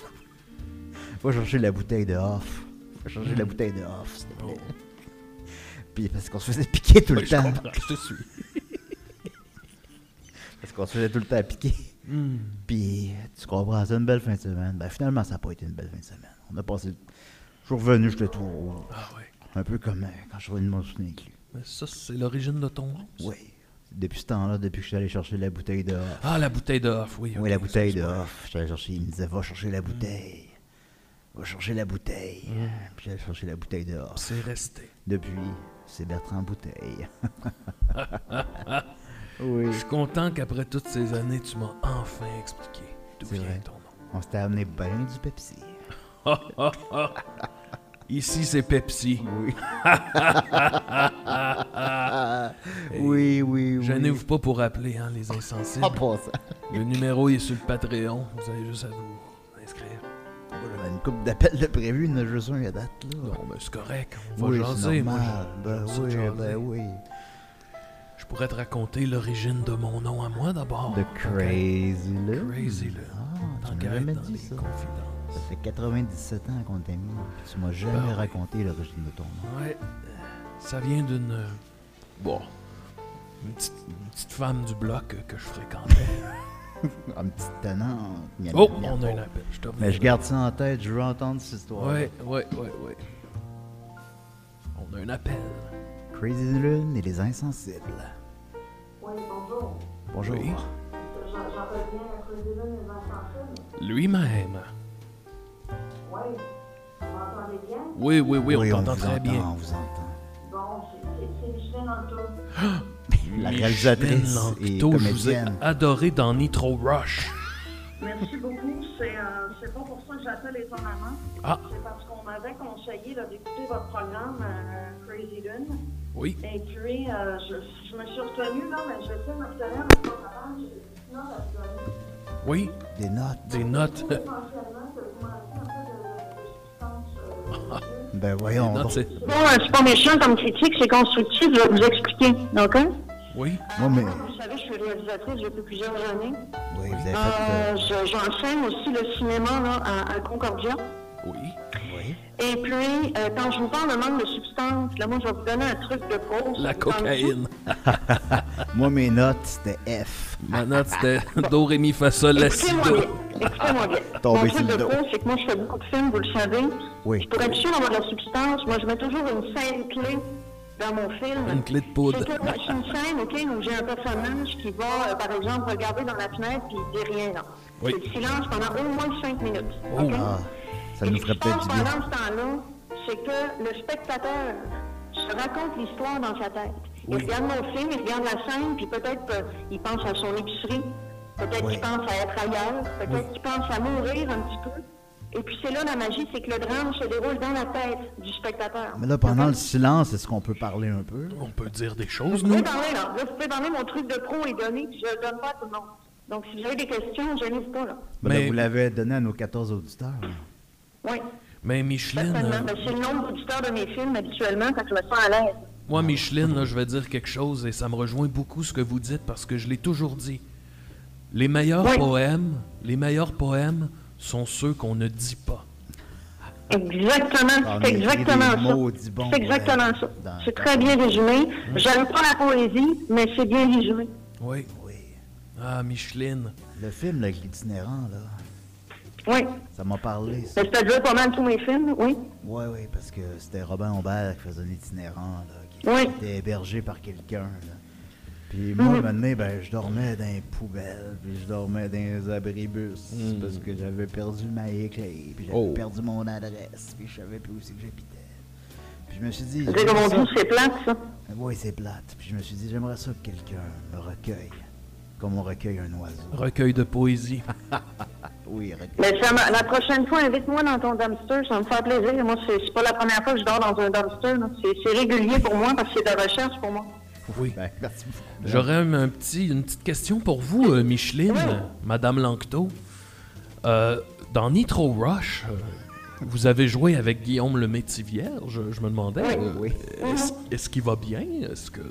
Speaker 3: va chercher la bouteille de off. Va chercher
Speaker 2: Hmm.
Speaker 3: la bouteille de off, s'il te plaît. Puis parce qu'on se faisait piquer tout
Speaker 2: Oui,
Speaker 3: le
Speaker 2: Oh. je
Speaker 3: temps.
Speaker 2: comprends, je te suis.
Speaker 3: Parce qu'on se faisait tout le temps piquer.
Speaker 2: Hmm.
Speaker 3: Puis tu comprends, c'est une belle fin de semaine. Ben finalement, ça n'a pas été une belle fin de semaine. On a passé. Je suis revenu, j'étais tout rouge.
Speaker 2: Ah ouais.
Speaker 3: Un peu comme euh, quand je suis revenu de mon souvenir inclus.
Speaker 2: Mais ça, c'est l'origine de ton nom? ça?
Speaker 3: Oui. Depuis ce temps-là, depuis que je suis allé chercher la bouteille de off.
Speaker 2: Ah, la bouteille de off, oui.
Speaker 3: Oui,
Speaker 2: ok,
Speaker 3: la bouteille de
Speaker 2: excuse-moi.
Speaker 3: off. J'allais chercher, il me disait, va chercher
Speaker 2: Mm.
Speaker 3: la bouteille. Va chercher la bouteille. Puis j'allais chercher la bouteille de off.
Speaker 2: C'est resté.
Speaker 3: Depuis, c'est Bertrand Bouteille. oui.
Speaker 2: Je suis content qu'après toutes ces années, tu m'as enfin expliqué d'où
Speaker 3: C'est
Speaker 2: vient
Speaker 3: vrai.
Speaker 2: ton nom.
Speaker 3: On s'était amené ben du Pepsi.
Speaker 2: Ici, c'est Pepsi.
Speaker 3: Oui. oui, oui, oui.
Speaker 2: Gênez-vous pas pour appeler, hein, les insensibles.
Speaker 3: Ah, pas ça.
Speaker 2: Le numéro est sur le Patreon. Vous avez juste à vous inscrire.
Speaker 3: Moi, J'avais une coupe d'appels de prévu, il y en a juste un à date, là.
Speaker 2: Bon, ben, c'est correct. On va
Speaker 3: oui,
Speaker 2: jaser.
Speaker 3: c'est
Speaker 2: Moi,
Speaker 3: normal.
Speaker 2: j'aime-
Speaker 3: Ben
Speaker 2: j'aime ça
Speaker 3: oui,
Speaker 2: jaser.
Speaker 3: ben oui.
Speaker 2: Je pourrais te raconter l'origine de mon nom à moi d'abord.
Speaker 3: The
Speaker 2: Tant qu'à-
Speaker 3: Crazy Lou.
Speaker 2: Ah, Crazy, là.
Speaker 3: Ah,
Speaker 2: Tant
Speaker 3: tu
Speaker 2: qu'à
Speaker 3: m'as
Speaker 2: être
Speaker 3: jamais
Speaker 2: dans
Speaker 3: dit
Speaker 2: les
Speaker 3: ça. Ça
Speaker 2: confidences.
Speaker 3: fait 97 ans qu'on t'a mis. Tu m'as jamais
Speaker 2: ouais.
Speaker 3: raconté l'origine de ton nom.
Speaker 2: Ouais. euh, Ça vient d'une. euh, Bon. Une petite, une petite femme du bloc euh, que je fréquentais.
Speaker 3: Un petit tenant.
Speaker 2: oh, on a un appel. Je te
Speaker 3: Mais je
Speaker 2: reviens.
Speaker 3: garde ça en tête, je veux entendre cette histoire.
Speaker 2: Ouais, ouais, ouais, ouais. On a un appel.
Speaker 3: Crazy Lune et les insensibles.
Speaker 9: Oui, bonjour.
Speaker 3: Bonjour.
Speaker 2: Oui.
Speaker 9: J'en j'en reviens à cause des lunes et des enfants.
Speaker 2: Lui-même.
Speaker 9: Oui. Vous m'entendez bien?
Speaker 2: Oui, oui, oui, on
Speaker 3: vous
Speaker 2: t'entend très
Speaker 3: entend,
Speaker 2: bien.
Speaker 3: on vous entend.
Speaker 9: Bon, c'est- c'est c'est Micheline en tout.
Speaker 3: La réalisatrice et
Speaker 2: Langueteau, je vous ai
Speaker 3: comédienne. adoré
Speaker 2: adoré dans Nitro Rush.
Speaker 9: Merci beaucoup. C'est euh, c'est pas pour ça que j'appelle étonnamment.
Speaker 2: Ah.
Speaker 9: C'est parce qu'on m'avait conseillé là, d'écouter votre programme euh, Crazy Lune.
Speaker 2: Oui.
Speaker 9: Et puis, euh, je, je me suis retenue, là, mais je vais essayer de me retenir avant que je- non, parce que, euh,
Speaker 2: Oui,
Speaker 3: Des notes.
Speaker 2: des notes.
Speaker 9: potentiellement, que vous manquez un peu de, de substance. euh,
Speaker 3: Ben voyons.
Speaker 2: Non,
Speaker 3: donc.
Speaker 2: c'est-
Speaker 9: Bon, euh, c'est pas méchant comme critique, c'est constructif, je vais vous expliquer. OK?
Speaker 2: Oui.
Speaker 3: Moi, mais.
Speaker 9: Vous savez, je suis réalisatrice depuis plusieurs années.
Speaker 3: Oui, vous avez fait.
Speaker 9: Euh,
Speaker 3: euh,
Speaker 9: je- J'enseigne aussi le cinéma là, à, à Concordia.
Speaker 2: Oui.
Speaker 3: Oui.
Speaker 9: Et puis, euh, quand je vous parle de manque de substance, là, moi, je vais vous donner un truc de pro.
Speaker 2: La cocaïne.
Speaker 3: Moi, mes notes, c'était F.
Speaker 2: Ma note, c'était Do, Ré, Mi, Fa, Sol, La, Si,
Speaker 9: Écoutez-moi
Speaker 2: Do.
Speaker 9: bien. Écoutez-moi bien.
Speaker 3: Tombé
Speaker 9: Mon
Speaker 3: sur
Speaker 9: truc
Speaker 3: le
Speaker 9: de
Speaker 3: dos.
Speaker 9: pro, c'est que moi, je fais beaucoup de films, vous le savez.
Speaker 3: Oui.
Speaker 9: Puis Pour être sûr d'avoir de la substance, moi, je mets toujours une scène clé dans mon film.
Speaker 2: Une clé de poudre.
Speaker 9: C'est que moi, c'est une scène OK, où j'ai un personnage qui va, euh, par exemple, regarder dans la fenêtre puis il dit rien. là.
Speaker 2: Oui.
Speaker 9: C'est le silence pendant au moins cinq minutes.
Speaker 2: Oh.
Speaker 9: OK?
Speaker 3: Ah, ça
Speaker 9: Et
Speaker 3: nous
Speaker 9: ce qui
Speaker 3: ferait
Speaker 9: se passe
Speaker 3: peut-être du
Speaker 9: pendant
Speaker 3: bien.
Speaker 9: ce temps-là, c'est que le spectateur se raconte l'histoire dans sa tête.
Speaker 2: Oui.
Speaker 9: Il regarde mon film, il regarde la scène, puis peut-être qu'il pense à son épicerie, peut-être
Speaker 3: Oui.
Speaker 9: qu'il pense à être ailleurs, peut-être qu'il pense à mourir un petit peu. Et puis c'est là la magie, c'est que le drame se déroule dans la tête du spectateur.
Speaker 3: Mais là, pendant le silence, est-ce qu'on peut parler un peu?
Speaker 2: On peut dire des choses,
Speaker 9: Vous
Speaker 2: nous.
Speaker 9: pouvez parler, là. Là, vous pouvez parler, mon truc de pro est donné, puis je le donne pas à tout le monde. Donc, si vous avez des questions, je n'hésite pas, là.
Speaker 3: Ben là,
Speaker 2: Mais-
Speaker 3: vous l'avez donné à nos 14 auditeurs.
Speaker 9: Oui,
Speaker 2: Mais Micheline,
Speaker 9: certainement.
Speaker 2: euh,
Speaker 9: Ben, c'est le nombre d'auditeurs de mes films, habituellement, quand je me sens à l'aise.
Speaker 2: euh, moi, Micheline, là, je vais dire quelque chose et ça me rejoint beaucoup ce que vous dites parce que je l'ai toujours dit. Les meilleurs
Speaker 9: Oui.
Speaker 2: poèmes, les meilleurs poèmes sont ceux qu'on ne dit pas.
Speaker 9: Exactement,
Speaker 3: Parmi
Speaker 9: c'est
Speaker 3: les
Speaker 9: exactement ça.
Speaker 3: maudits bons,
Speaker 9: c'est exactement
Speaker 3: ouais,
Speaker 9: ça.
Speaker 3: dans-
Speaker 9: C'est très bien résumé. J'aime pas la poésie, mais c'est bien résumé.
Speaker 2: Oui.
Speaker 3: Oui.
Speaker 2: Ah, Micheline.
Speaker 3: Le film là, avec l'itinérant, là,
Speaker 9: Oui,
Speaker 3: ça m'a parlé. ça.
Speaker 9: mais c'est-à-dire pas mal tous mes films, oui.
Speaker 3: Oui, oui, parce que c'était Robin Aubert qui faisait un itinérant, là, qui
Speaker 9: Oui.
Speaker 3: était hébergé par quelqu'un. là. Puis
Speaker 9: Mhm.
Speaker 3: moi, un moment donné, ben, je dormais dans les poubelles, puis je dormais dans les abribus, parce que j'avais perdu ma clé, puis j'avais
Speaker 2: Oh.
Speaker 3: perdu mon adresse, puis je savais plus où c'est que j'habitais. Puis je me suis dit...
Speaker 9: C'est comme on
Speaker 3: j'aimerais
Speaker 9: dit, c'est plate, ça.
Speaker 3: ça- Oui, c'est plate. Puis je me suis dit, j'aimerais ça que quelqu'un me recueille, comme on recueille un oiseau.
Speaker 2: Recueil de poésie.
Speaker 3: Oui, recueille.
Speaker 9: Mais ça m'a- la prochaine fois, invite-moi dans ton dumpster, ça me fait plaisir. Moi, c'est c'est pas la première fois que je dors dans un dumpster. là. C'est c'est régulier pour moi parce que c'est de la recherche pour moi.
Speaker 2: Oui.
Speaker 3: Ben, merci beaucoup.
Speaker 2: J'aurais un, un petit, une petite question pour vous, euh, Micheline,
Speaker 9: Oui.
Speaker 2: euh, Madame Lanctot. Euh, dans Nitro Rush, euh, vous avez joué avec Guillaume le Métivière, je, je me demandais. euh,
Speaker 3: Oui.
Speaker 2: Est-ce est-ce qu'il va bien? Est-ce que.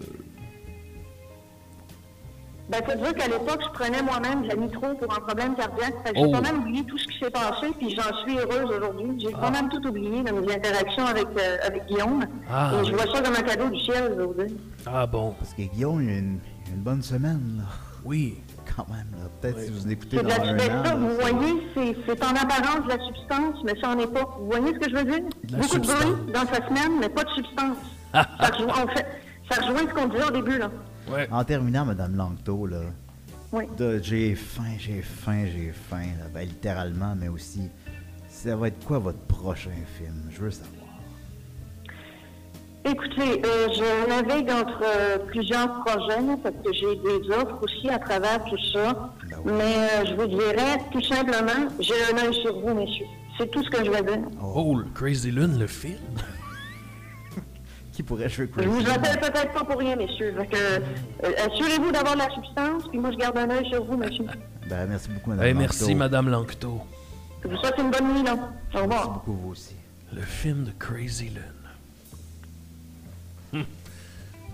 Speaker 9: Ben, faut dire qu'à l'époque, je prenais moi-même de la nitro pour un problème cardiaque. Fait que J'ai
Speaker 2: Oh.
Speaker 9: pas mal oublié tout ce qui s'est passé, puis j'en suis heureuse aujourd'hui. J'ai pas mal tout oublié de mes interactions avec, euh, avec Guillaume.
Speaker 2: Ah,
Speaker 9: Et je
Speaker 2: oui.
Speaker 9: vois ça comme un cadeau du ciel, je veux dire.
Speaker 2: Ah bon,
Speaker 3: Parce que Guillaume, il y a une, il y a une bonne semaine, là.
Speaker 2: oui.
Speaker 3: Quand même, là. Peut-être si vous l'écoutez
Speaker 9: C'est de
Speaker 3: dans
Speaker 9: la
Speaker 3: un
Speaker 9: substance,
Speaker 3: an. là,
Speaker 9: vous
Speaker 3: c'est-
Speaker 9: voyez, c'est- c'est en apparence de la substance, mais ça n'en est pas. Vous voyez ce que je veux dire?
Speaker 2: la
Speaker 9: Beaucoup de
Speaker 2: substance.
Speaker 9: bruit dans sa semaine, mais pas de substance. ça, rejoint, on fait- ça rejoint ce qu'on disait au début, là.
Speaker 2: Ouais.
Speaker 3: En terminant, Madame Langto, là,
Speaker 9: Oui.
Speaker 3: de- j'ai faim, j'ai faim, j'ai faim, là, ben, littéralement, mais aussi, ça va être quoi votre prochain film? Je veux savoir.
Speaker 9: Écoutez, euh, je navigue entre euh, plusieurs projets là, parce que j'ai des offres aussi à travers tout ça.
Speaker 3: Ben oui.
Speaker 9: Mais euh, je vous dirais tout simplement, j'ai un œil sur vous, messieurs. C'est tout ce que je veux dire.
Speaker 3: Ah
Speaker 2: Oh, le Crazy Lune, le film.
Speaker 3: Qui pourrait jouer
Speaker 9: Je
Speaker 3: Crazy
Speaker 9: vous
Speaker 3: Lune?
Speaker 9: appelle peut-être pas pour rien, messieurs. Fait que, euh, assurez-vous d'avoir de la substance, puis moi je garde un œil sur vous, messieurs.
Speaker 3: Ben, merci beaucoup, Madame
Speaker 2: Eh, merci,
Speaker 3: Langto.
Speaker 2: Madame Lanctot.
Speaker 9: Je vous souhaite une bonne nuit, là. Au
Speaker 3: Merci
Speaker 9: revoir.
Speaker 3: beaucoup, vous aussi.
Speaker 2: Le film de Crazy Lune. Hmm.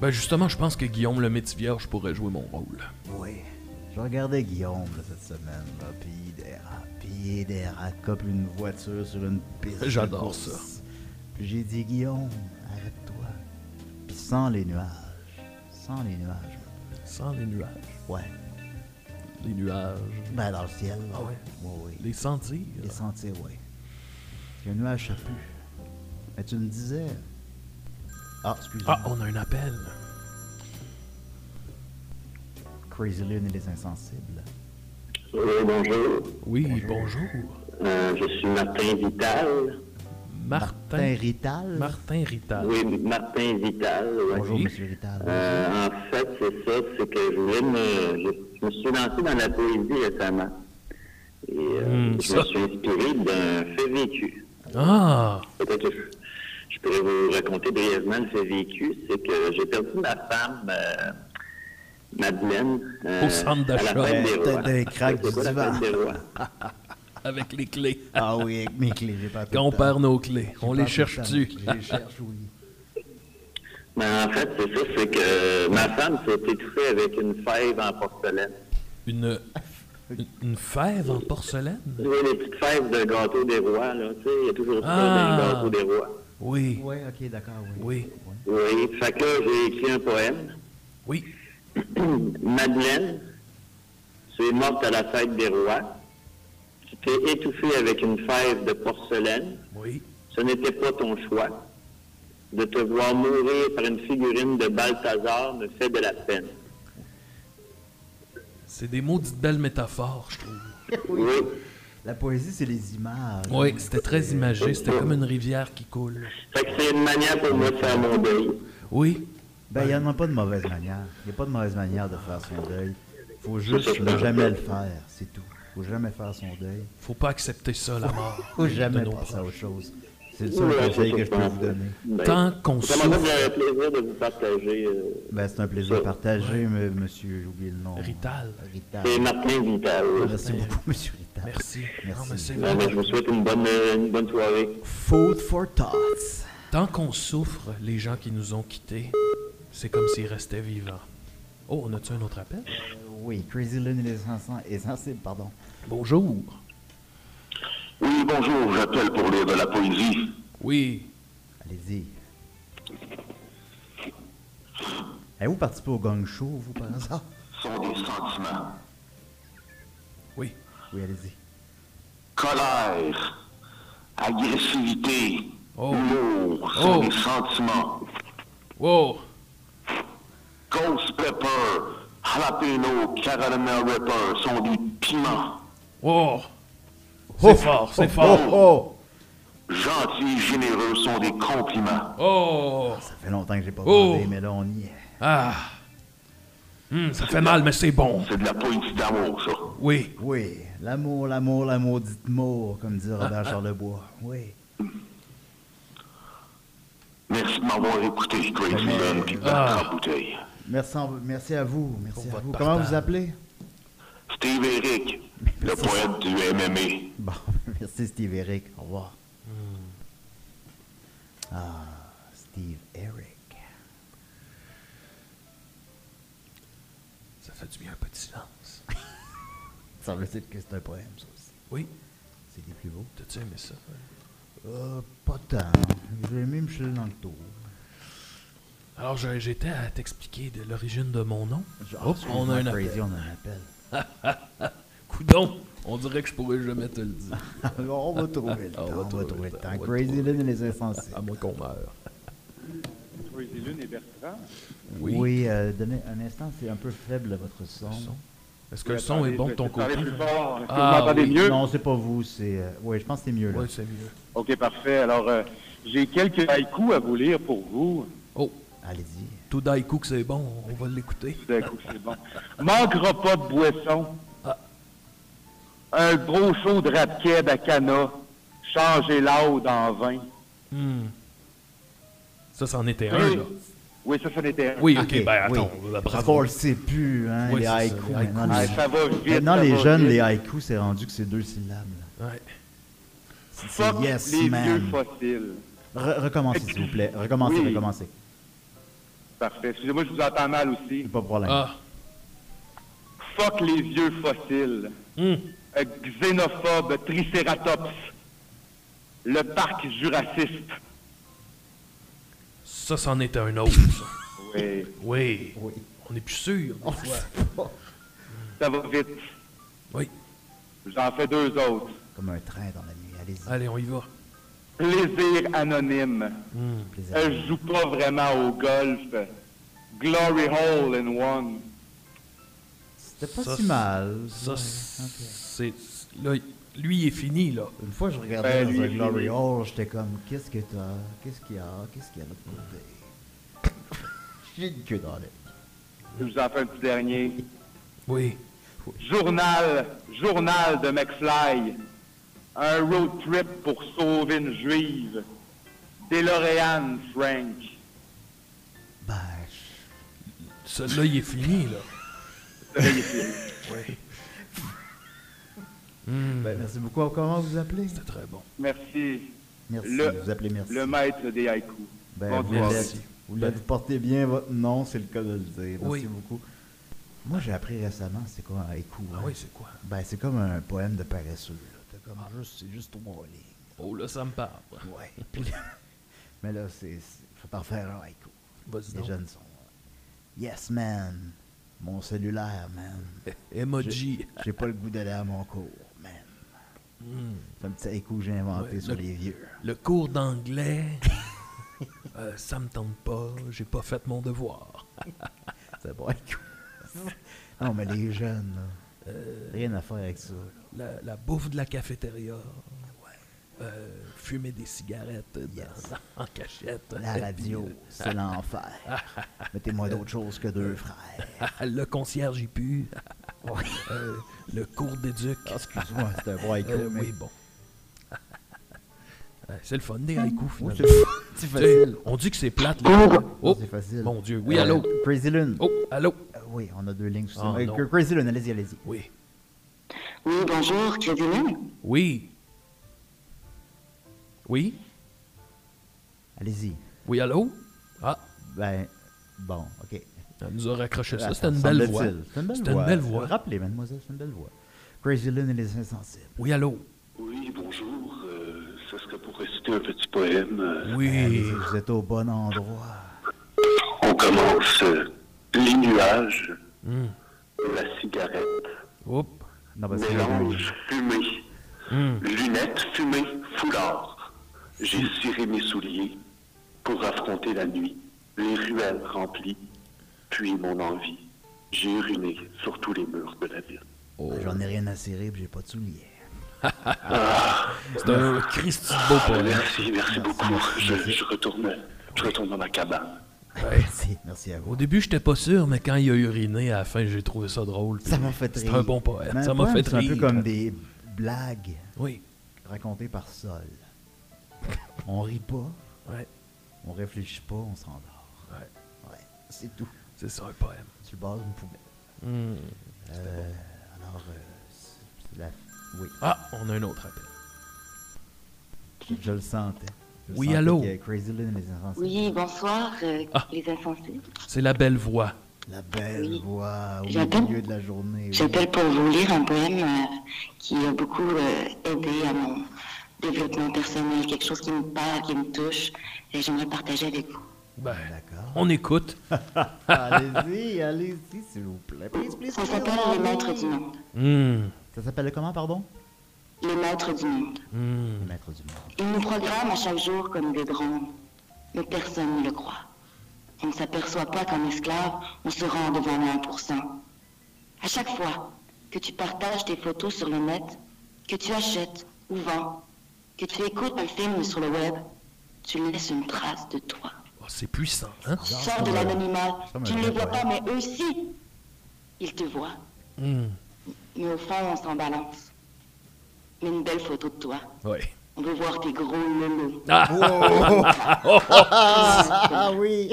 Speaker 2: Ben justement, je pense que Guillaume le Métivierge pourrait jouer mon rôle.
Speaker 3: Oui. Je regardais Guillaume, là, cette semaine, là, puis il dérape, puis il dérape comme une voiture sur une piste. de
Speaker 2: J'adore
Speaker 3: course.
Speaker 2: ça.
Speaker 3: Puis j'ai dit, Guillaume, arrête-toi. Puis sans les nuages. Sans les nuages.
Speaker 2: Sans les nuages.
Speaker 3: Ouais.
Speaker 2: Les nuages.
Speaker 3: Ben, dans le ciel. là.
Speaker 2: Ah ouais?
Speaker 3: Oui, oui.
Speaker 2: Les sentiers.
Speaker 3: Les sentiers, oui. Il y a un nuage, ça pue. Mais tu me disais... Ah, excuse-moi.
Speaker 2: Ah, on a un appel.
Speaker 3: Crazy Lune et les insensibles.
Speaker 4: Oui, bonjour.
Speaker 2: Oui, bonjour.
Speaker 4: Euh, je suis Martin Vital.
Speaker 2: Martin.
Speaker 3: Rital?
Speaker 2: Martin Rital.
Speaker 4: Oui, Martin Vital. ouais.
Speaker 3: Bonjour,
Speaker 2: Oui.
Speaker 3: Monsieur Rital.
Speaker 4: Euh, en fait, c'est ça, c'est que je voulais me. Je, je me suis lancé dans la poésie récemment. Et euh,
Speaker 2: Hmm,
Speaker 4: je
Speaker 2: ça.
Speaker 4: me suis inspiré d'un fait vécu.
Speaker 2: Ah,
Speaker 4: Peut-être que je, je pourrais vous raconter brièvement le fait vécu. C'est que j'ai perdu ma femme, euh, Madeleine, euh,
Speaker 2: Au centre
Speaker 4: à la
Speaker 2: d'achat.
Speaker 4: fête des
Speaker 3: Ouais,
Speaker 4: rois.
Speaker 3: t'as des craques
Speaker 4: C'est quoi
Speaker 3: du
Speaker 4: la
Speaker 3: divan.
Speaker 4: fête des rois?
Speaker 2: avec les clés.
Speaker 3: Ah oui, avec mes clés, j'ai pas tout
Speaker 2: Quand on
Speaker 3: le temps.
Speaker 2: perd nos clés,
Speaker 3: J'ai
Speaker 2: on les
Speaker 3: pas tout le temps,
Speaker 2: cherche-tu?
Speaker 3: Je les cherche, oui.
Speaker 4: Mais Ben, en fait, c'est ça, c'est que ma femme s'est étouffée avec une fève en porcelaine.
Speaker 2: Ah, Une, une, une fève en porcelaine?
Speaker 4: Vous voyez les petites fèves de gâteau des rois, là, tu sais, il y a toujours ça
Speaker 2: Ah.
Speaker 4: dans le gâteau des rois.
Speaker 2: Oui,
Speaker 3: Oui, ok, d'accord, oui.
Speaker 2: oui,
Speaker 4: Oui, fait que là, j'ai écrit un poème.
Speaker 2: oui.
Speaker 4: Madeleine, tu es morte à la fête des rois. Tu t'es étouffée avec une fève de porcelaine.
Speaker 2: Oui.
Speaker 4: Ce n'était pas ton choix. De te voir mourir par une figurine de Balthazar me fait de la peine.
Speaker 2: C'est des maudites belles métaphores, je trouve.
Speaker 4: Oui.
Speaker 3: La poésie, c'est les images.
Speaker 2: Oui, c'était très imagé. C'était comme une rivière qui coule.
Speaker 4: Fait que c'est une manière pour moi de faire mon deuil.
Speaker 2: Oui,
Speaker 3: Ben, il n'y en a pas de mauvaise manière. Il n'y a pas de mauvaise manière de faire son deuil. faut juste ne jamais le faire, c'est tout. Faut jamais faire son deuil.
Speaker 2: Faut pas accepter ça, la mort.
Speaker 3: Faut
Speaker 2: de
Speaker 3: jamais
Speaker 2: nos
Speaker 3: penser à
Speaker 2: proches.
Speaker 3: autre chose. C'est le
Speaker 4: Ouais,
Speaker 3: seul conseil
Speaker 4: c'est ça,
Speaker 3: que je peux
Speaker 4: pense.
Speaker 3: vous donner.
Speaker 4: Ben,
Speaker 2: Tant qu'on
Speaker 4: Ça m'a fait le
Speaker 2: souffre,
Speaker 4: plaisir de vous partager. euh,
Speaker 3: Ben, c'est un plaisir de partager, me- monsieur, j'ai oublié le nom.
Speaker 2: Rital.
Speaker 3: Rital.
Speaker 4: C'est Martin Vital.
Speaker 3: Ah, Merci beaucoup, monsieur Rital.
Speaker 2: Merci. Non, mais
Speaker 3: Merci.
Speaker 2: c'est
Speaker 4: Bon,
Speaker 2: vrai.
Speaker 4: ben, je vous souhaite une bonne, euh, une bonne soirée.
Speaker 3: Food for thoughts.
Speaker 2: Tant qu'on souffre, les gens qui nous ont quittés, c'est comme s'ils restaient vivants. Oh, on a-tu un autre appel?
Speaker 3: Euh, oui, Crazy Lune il est sensible, est sensible, pardon.
Speaker 2: Bonjour.
Speaker 4: Oui, bonjour, j'appelle pour lire de la poésie.
Speaker 2: Oui.
Speaker 3: Allez-y. Avez-vous participé au gang show, vous, par hasard?
Speaker 4: Sont des sentiments.
Speaker 2: Oui.
Speaker 3: Oui, allez-y.
Speaker 4: Colère, agressivité,
Speaker 2: Oh.
Speaker 4: humour
Speaker 2: Oh.
Speaker 4: sont des sentiments.
Speaker 2: Wow.
Speaker 4: Ghost Pepper, Jalapeno, Carolina Ripper sont des piments.
Speaker 2: Wow. C'est fort, c'est fort.
Speaker 3: Oh,
Speaker 4: Gentils, généreux sont des compliments.
Speaker 2: Oh.
Speaker 3: Ça fait longtemps que j'ai pas
Speaker 2: Oh.
Speaker 3: parlé, mais là, on y est.
Speaker 2: Ah. Hmm, ça fait mal, mais c'est bon.
Speaker 4: C'est de la poésie d'amour, ça.
Speaker 2: Oui.
Speaker 3: Oui, l'amour, l'amour, l'amour, dites-moi, comme dit Robert Charlebois. Oui.
Speaker 4: Merci de m'avoir écouté, Crazy Lynn, puis
Speaker 2: Ah.
Speaker 4: Bertrand Bouteille.
Speaker 3: Merci, en- merci à vous. Merci
Speaker 2: Pour
Speaker 3: à
Speaker 2: votre
Speaker 3: vous. Comment
Speaker 2: partage.
Speaker 3: vous appelez?
Speaker 4: Steve Eric, le poète du MMA.
Speaker 3: Bon, merci Steve Eric. Au revoir.
Speaker 2: Hmm.
Speaker 3: Ah, Steve Eric.
Speaker 2: Ça fait du bien un peu de silence.
Speaker 3: Ça veut dire que c'est un poème, ça aussi.
Speaker 2: Oui.
Speaker 3: C'est des plus beaux.
Speaker 2: T'as-tu aimé ça?
Speaker 3: Euh, pas tant. J'ai aimé Michel dans le tour.
Speaker 2: Alors, je- j'étais à t'expliquer de l'origine de mon nom.
Speaker 3: Genre,
Speaker 2: Hop, on a un appel.
Speaker 3: crazy, on a un appel.
Speaker 2: Coudon, on dirait que je pourrais jamais te le dire.
Speaker 3: on va trouver le temps. On va trouver, le Ah temps. Crazy Lynn et les insensibles.
Speaker 2: À moins qu'on meure.
Speaker 8: Crazy Lune et Bertrand.
Speaker 2: Oui.
Speaker 3: Oui, euh, donnez un instant, c'est un peu faible votre son.
Speaker 2: son. Est-ce que le son est bon de ton côté?
Speaker 8: Parlez plus fort. Est-ce que
Speaker 2: Ah,
Speaker 8: vous m'entendez
Speaker 2: oui.
Speaker 8: mieux?
Speaker 3: Non, c'est pas vous, c'est. euh, ouais, je pense que c'est mieux là.
Speaker 2: Oui, c'est mieux.
Speaker 8: OK, parfait. Alors, euh, j'ai quelques haïkus à vous lire pour vous.
Speaker 2: Oh,
Speaker 3: Allez-y.
Speaker 2: tout d'Aïkou que c'est bon, on va l'écouter.
Speaker 8: Tout d'un coup, c'est bon. Manquera pas de boisson. Un gros show de rapquet à Cana. Changer l'aude en vin.
Speaker 2: Hmm. Ça, c'en était un,
Speaker 8: Oui,
Speaker 2: là.
Speaker 8: Oui, ça, ça n'était un.
Speaker 2: Oui, ok,
Speaker 3: Ok,
Speaker 2: ben attends,
Speaker 3: oui.
Speaker 2: ben,
Speaker 3: Parce qu'on
Speaker 2: bravo.
Speaker 3: le sait plus, hein,
Speaker 2: Ouais, c'est
Speaker 3: les
Speaker 2: ça,
Speaker 3: haïkus.
Speaker 2: les
Speaker 3: Maintenant,
Speaker 8: Ah,
Speaker 3: les,
Speaker 2: haïkus,
Speaker 8: ça va vite.
Speaker 3: maintenant,
Speaker 8: ça
Speaker 3: les
Speaker 8: va
Speaker 3: jeunes,
Speaker 8: vite.
Speaker 3: les haïkus, c'est rendu que c'est deux syllabes. là.
Speaker 2: Ouais.
Speaker 3: C'est- c'est
Speaker 8: Fuck
Speaker 3: Ah, yes,
Speaker 8: les vieux
Speaker 3: man.
Speaker 8: fossiles.
Speaker 3: Re- recommencez, s'il vous plaît. Recommencez,
Speaker 8: Oui.
Speaker 3: recommencez.
Speaker 8: Parfait. Excusez-moi, je vous entends mal aussi.
Speaker 3: Pas de problème.
Speaker 2: Ah,
Speaker 8: Fuck les vieux fossiles.
Speaker 2: hmm.
Speaker 8: Euh, xénophobe, tricératops, le parc jurassiste.
Speaker 2: ça, c'en était un autre. ça.
Speaker 8: Oui,
Speaker 2: Oui, Oh.
Speaker 3: Oui.
Speaker 2: on est plus sûr, des fois.
Speaker 8: ça va vite.
Speaker 2: Oui,
Speaker 8: J'en fais deux autres.
Speaker 3: Comme un train dans la nuit. Allez-y.
Speaker 8: Ah.
Speaker 2: allez, on y va.
Speaker 8: Plaisir anonyme.
Speaker 3: plaisir.
Speaker 8: Euh, Je joue pas vraiment au golf. Glory hole in one.
Speaker 3: C'était pas
Speaker 2: ça,
Speaker 3: si mal.
Speaker 2: Ça,
Speaker 3: Ouais.
Speaker 2: c'est... Là, lui, il est fini, là.
Speaker 3: Une fois, je regardais
Speaker 8: Ben,
Speaker 3: dans
Speaker 8: lui,
Speaker 3: un
Speaker 8: lui,
Speaker 3: Glory
Speaker 8: lui.
Speaker 3: Hall, j'étais comme, qu'est-ce que t'as Qu'est-ce qu'il y a Qu'est-ce qu'il y a de l'autre côté J'ai une queue dans l'air.
Speaker 8: Je vous en fais un petit dernier.
Speaker 2: Oui.
Speaker 8: Journal, journal de McFly. Un road trip pour sauver une juive. DeLorean, Frank.
Speaker 3: Ben,
Speaker 2: Celui-là, il est fini, là. oui,
Speaker 3: je- ben, merci beaucoup. Comment vous appelez
Speaker 2: c'est très bon.
Speaker 8: Merci.
Speaker 3: Merci.
Speaker 8: Le-
Speaker 3: vous appelez merci.
Speaker 8: Le maître des haïkus.
Speaker 3: Ben, vous
Speaker 2: merci.
Speaker 3: l'êtes. Vous l'êtes. Vous portez bien votre nom, c'est le cas de le dire. Merci
Speaker 2: Oui.
Speaker 3: beaucoup. Moi, j'ai appris récemment, c'est quoi un haïku
Speaker 2: Ah
Speaker 3: hein?
Speaker 2: oui, c'est quoi?
Speaker 3: Ben, c'est comme un poème de paresseux. là. T'as comme juste, c'est juste trois lignes.
Speaker 2: Oh, là, ça me parle.
Speaker 3: Ouais. Puis là- Mais là, c'est, c'est- faut pas faire un haïku.
Speaker 2: Vas-y
Speaker 3: Les
Speaker 2: donc.
Speaker 3: jeunes sont. euh, Yes, man. Mon cellulaire, man.
Speaker 2: Emoji.
Speaker 3: J'ai pas le goût d'aller à mon cours, man. C'est un petit haïku que j'ai inventé
Speaker 2: Hmm. Ouais,
Speaker 3: sur
Speaker 2: le-
Speaker 3: les vieux.
Speaker 2: Le cours d'anglais, euh, ça me tente pas, j'ai pas fait mon devoir.
Speaker 3: C'est bon haïku. non, mais les jeunes, là.
Speaker 2: Euh.
Speaker 3: Rien à faire avec ça. là.
Speaker 2: La, la bouffe de la cafétéria, euh, fumer des cigarettes dans- en cachette.
Speaker 3: La
Speaker 2: Et
Speaker 3: radio, c'est
Speaker 2: Euh,
Speaker 3: l'enfer. Mettez-moi d'autres choses que deux frères.
Speaker 2: puis, le concierge y pue. Euh, le cours d'éduc.
Speaker 3: Ah, Excuse-moi, c'était un bon haïku,
Speaker 2: Euh,
Speaker 3: mais-
Speaker 2: oui, bon. Ouais, c'est le fun des haïkus,
Speaker 3: Oui,
Speaker 2: finalement.
Speaker 3: c'est c'est facile.
Speaker 2: On dit que c'est plate, les haïkus. Oh,
Speaker 3: C'est facile.
Speaker 2: mon Dieu. Oui,
Speaker 3: Euh,
Speaker 2: allô?
Speaker 3: Crazy Lune.
Speaker 2: Oh, allô?
Speaker 3: Euh, Oui, on a deux lignes. sous-
Speaker 2: Ah,
Speaker 3: Euh,
Speaker 2: non.
Speaker 3: Crazy Lune, allez-y, allez-y.
Speaker 2: Oui.
Speaker 10: Oui, bonjour, Crédilène.
Speaker 2: Oui. Oui?
Speaker 3: Allez-y.
Speaker 2: Oui, allô? Ah,
Speaker 3: Ben, bon, ok.
Speaker 2: elle nous a raccroché ça.
Speaker 3: Ah,
Speaker 2: C'était une belle voix.
Speaker 3: semble-t-il. C'était une belle
Speaker 2: C'était
Speaker 3: voix.
Speaker 2: une belle voix.
Speaker 3: Rappelez, mademoiselle, c'est une belle voix. Crazy Lune et les insensibles.
Speaker 2: Oui, allô?
Speaker 4: Oui, bonjour. Euh, ça serait pour réciter un petit poème.
Speaker 2: Oui.
Speaker 3: Allez-y, vous êtes au bon endroit.
Speaker 4: On commence euh, les nuages, la cigarette,
Speaker 2: Oups.
Speaker 3: Non, parce que
Speaker 4: mélange, fumée, lunettes, fumée, foulard. J'ai ciré mes souliers pour affronter la nuit, les ruelles remplies, puis mon envie. J'ai uriné sur tous les murs de la ville.
Speaker 2: Oh.
Speaker 3: j'en ai rien à serrer, puis j'ai pas de souliers.
Speaker 2: C'est un Christy de beau poème.
Speaker 4: Merci, merci beaucoup. Je, je retourne, je retourne dans ma cabane.
Speaker 3: Merci, merci à vous.
Speaker 2: Au début, j'étais pas sûr, mais quand il a uriné, à la fin, j'ai trouvé ça drôle. puis
Speaker 3: Ça m'a fait rire.
Speaker 2: C'est un bon poème.
Speaker 3: Mais
Speaker 2: ça
Speaker 3: un
Speaker 2: m'a
Speaker 3: poème,
Speaker 2: fait rire.
Speaker 3: C'est un peu comme des blagues
Speaker 2: Oui.
Speaker 3: racontées par Sol. On rit pas,
Speaker 2: Ouais.
Speaker 3: on réfléchit pas, on s'endort. Ouais, c'est tout.
Speaker 2: C'est ça, un poème.
Speaker 3: Sur le bord d'une poubelle.
Speaker 2: Hmm.
Speaker 3: Euh, alors, euh, c'est- c'est la... Oui,
Speaker 2: Ah, on a un autre appel.
Speaker 3: je, je le sentais. Je
Speaker 2: Oui,
Speaker 3: sentais
Speaker 2: allô?
Speaker 3: que Crazy Lynn et les enfants, c'est
Speaker 10: Oui, bonsoir, euh,
Speaker 2: Ah.
Speaker 10: les insensibles.
Speaker 2: C'est la belle voix.
Speaker 3: La belle
Speaker 10: Oui.
Speaker 3: voix au
Speaker 10: J'appelle-
Speaker 3: milieu de la journée. oui.
Speaker 10: J'appelle pour vous lire un poème euh, qui a beaucoup euh, aidé à mon développement personnel, quelque chose qui me parle, qui me touche, et j'aimerais le partager avec vous.
Speaker 2: Ben,
Speaker 3: D'accord.
Speaker 2: on écoute.
Speaker 3: allez-y, allez-y, s'il vous plaît. Please, please,
Speaker 10: Ça
Speaker 3: please.
Speaker 10: s'appelle Les Maîtres du Monde.
Speaker 2: Hmm.
Speaker 3: Ça s'appelle comment, pardon?
Speaker 10: Les Maîtres du Monde.
Speaker 2: Hmm.
Speaker 3: Le maître du monde.
Speaker 10: Ils nous programment à chaque jour comme des drones, mais personne ne le croit. On ne s'aperçoit pas qu'en esclave, on se rend devant le 1%. À chaque fois que tu partages tes photos sur le net, que tu achètes ou vends, que tu écoutes un film sur le web, tu laisses une trace de toi.
Speaker 2: Oh, c'est puissant, hein?
Speaker 10: Tu sors de
Speaker 3: ça me-
Speaker 10: l'anonymat,
Speaker 3: ça me
Speaker 10: tu ne les
Speaker 3: rend
Speaker 10: vois pas,
Speaker 3: pas.
Speaker 10: mais eux si, ils te voient.
Speaker 2: Hmm.
Speaker 10: Mais au fond, on s'en balance. Mais une belle photo de toi.
Speaker 2: Oui.
Speaker 10: On veut voir tes gros leleux.
Speaker 3: Ah oui!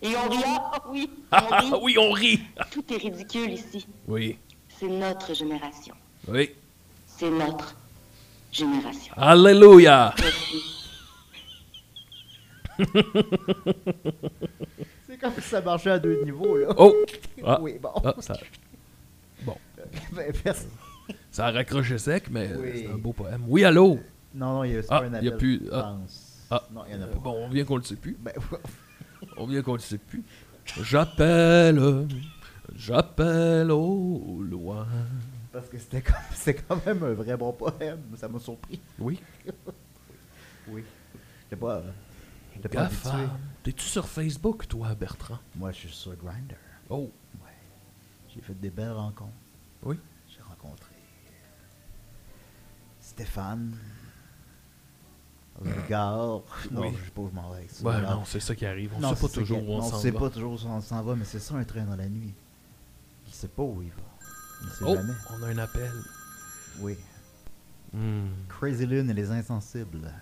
Speaker 10: Et on rit, ah oui, on
Speaker 2: Ah,
Speaker 10: rit.
Speaker 2: oui, on rit.
Speaker 10: Tout est ridicule ici.
Speaker 2: Oui.
Speaker 10: C'est notre génération.
Speaker 2: Oui.
Speaker 10: C'est notre génération.
Speaker 2: Alléluia.
Speaker 3: C'est comme si ça marchait à deux niveaux, là.
Speaker 2: Oh. Ah.
Speaker 3: Oui, bon.
Speaker 2: Ah, ça,
Speaker 3: Ben, merci.
Speaker 2: ça a raccroché sec, mais euh,
Speaker 3: Oui.
Speaker 2: c'est un beau poème. Oui, allô?
Speaker 3: Non, non, il y a, c'est
Speaker 2: Ah,
Speaker 3: pas un
Speaker 2: il y a
Speaker 3: appel,
Speaker 2: plus-
Speaker 3: je
Speaker 2: ah.
Speaker 3: pense.
Speaker 2: Ah.
Speaker 3: Non, il y en a
Speaker 2: Euh,
Speaker 3: pas.
Speaker 2: Bon, on vient qu'on le sait plus.
Speaker 3: Ben,
Speaker 2: On vient qu'on le sait plus. J'appelle, j'appelle au loin.
Speaker 3: parce que c'était comme, c'est quand même un vrai bon poème. Ça m'a surpris.
Speaker 2: Oui.
Speaker 3: Oui. J'étais pas... euh, J'étais pas habitué.
Speaker 2: Gaffe. T'es-tu sur Facebook, toi, Bertrand?
Speaker 3: Moi, je suis sur Grindr.
Speaker 2: Oh.
Speaker 3: J'ai fait des belles rencontres.
Speaker 2: Oui.
Speaker 3: J'ai rencontré... Stéphane. Regard. Non,
Speaker 2: Oui.
Speaker 3: je sais pas où je m'en vais avec ça.
Speaker 2: Ouais,
Speaker 3: Alors,
Speaker 2: non, c'est ça qui arrive. On sait
Speaker 3: Non,
Speaker 2: pas
Speaker 3: c'est ça
Speaker 2: toujours
Speaker 3: que-
Speaker 2: où on
Speaker 3: non,
Speaker 2: s'en
Speaker 3: sait
Speaker 2: va.
Speaker 3: pas toujours où on s'en va, mais c'est ça un train dans la nuit. Il sait pas où il va. Il sait
Speaker 2: Oh,
Speaker 3: jamais.
Speaker 2: on a un appel.
Speaker 3: Oui.
Speaker 2: Hmm.
Speaker 3: Crazy Lune et les insensibles.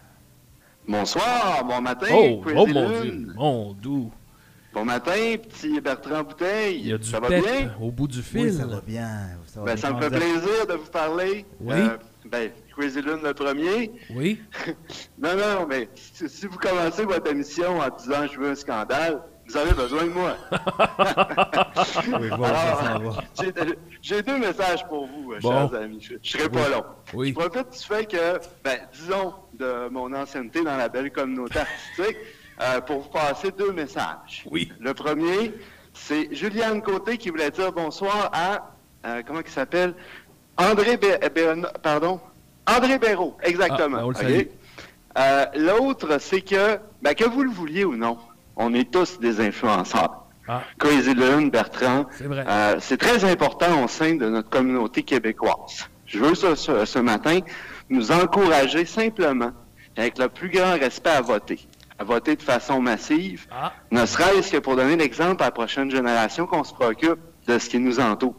Speaker 8: Bonsoir, bon matin,
Speaker 2: Oh,
Speaker 8: Crazy
Speaker 2: oh mon
Speaker 8: Lune.
Speaker 2: dieu, mon doux.
Speaker 8: Bon matin, petit Bertrand Bouteille.
Speaker 2: Il y a du
Speaker 8: ça va
Speaker 2: pep
Speaker 8: bien?
Speaker 2: au bout du fil.
Speaker 3: Oui, ça va bien. Ça, va bien.
Speaker 8: Ben,
Speaker 3: ah,
Speaker 8: ça me
Speaker 3: Comment
Speaker 8: fait
Speaker 3: vous êtes-
Speaker 8: plaisir de vous parler.
Speaker 2: Oui.
Speaker 8: ben, Crazy Lune le premier.
Speaker 2: Oui,
Speaker 8: Non, non, mais si, si vous commencez votre émission en disant je veux un scandale, vous avez besoin de moi.
Speaker 3: Oui, voilà, ça s'en va.
Speaker 8: J'ai- J'ai deux messages pour vous, euh,
Speaker 2: Bon.
Speaker 8: chers amis. Je, je serai pas long.
Speaker 2: Oui.
Speaker 8: Je profite du fait que, ben, disons, de mon ancienneté dans la belle communauté artistique, euh, pour vous passer deux messages.
Speaker 2: Oui. Ah,
Speaker 8: Le premier, c'est Juliane Côté qui voulait dire bonsoir à, euh, comment il s'appelle? André Bé- euh, Béon- pardon? André Béraud, exactement.
Speaker 2: Ah, ben, on le
Speaker 8: OK?
Speaker 2: salue.
Speaker 8: Euh, L'autre, c'est que, ben, que vous le vouliez ou non, on est tous des influenceurs.
Speaker 2: Ah.
Speaker 8: Crazy Lune, Bertrand,
Speaker 2: C'est vrai.
Speaker 8: euh, c'est très important au sein de notre communauté québécoise. Je veux ce, ce- ce matin nous encourager simplement, avec le plus grand respect, à voter. À voter de façon massive,
Speaker 2: Ah.
Speaker 8: ne serait-ce que pour donner l'exemple à la prochaine génération qu'on se préoccupe de ce qui nous entoure.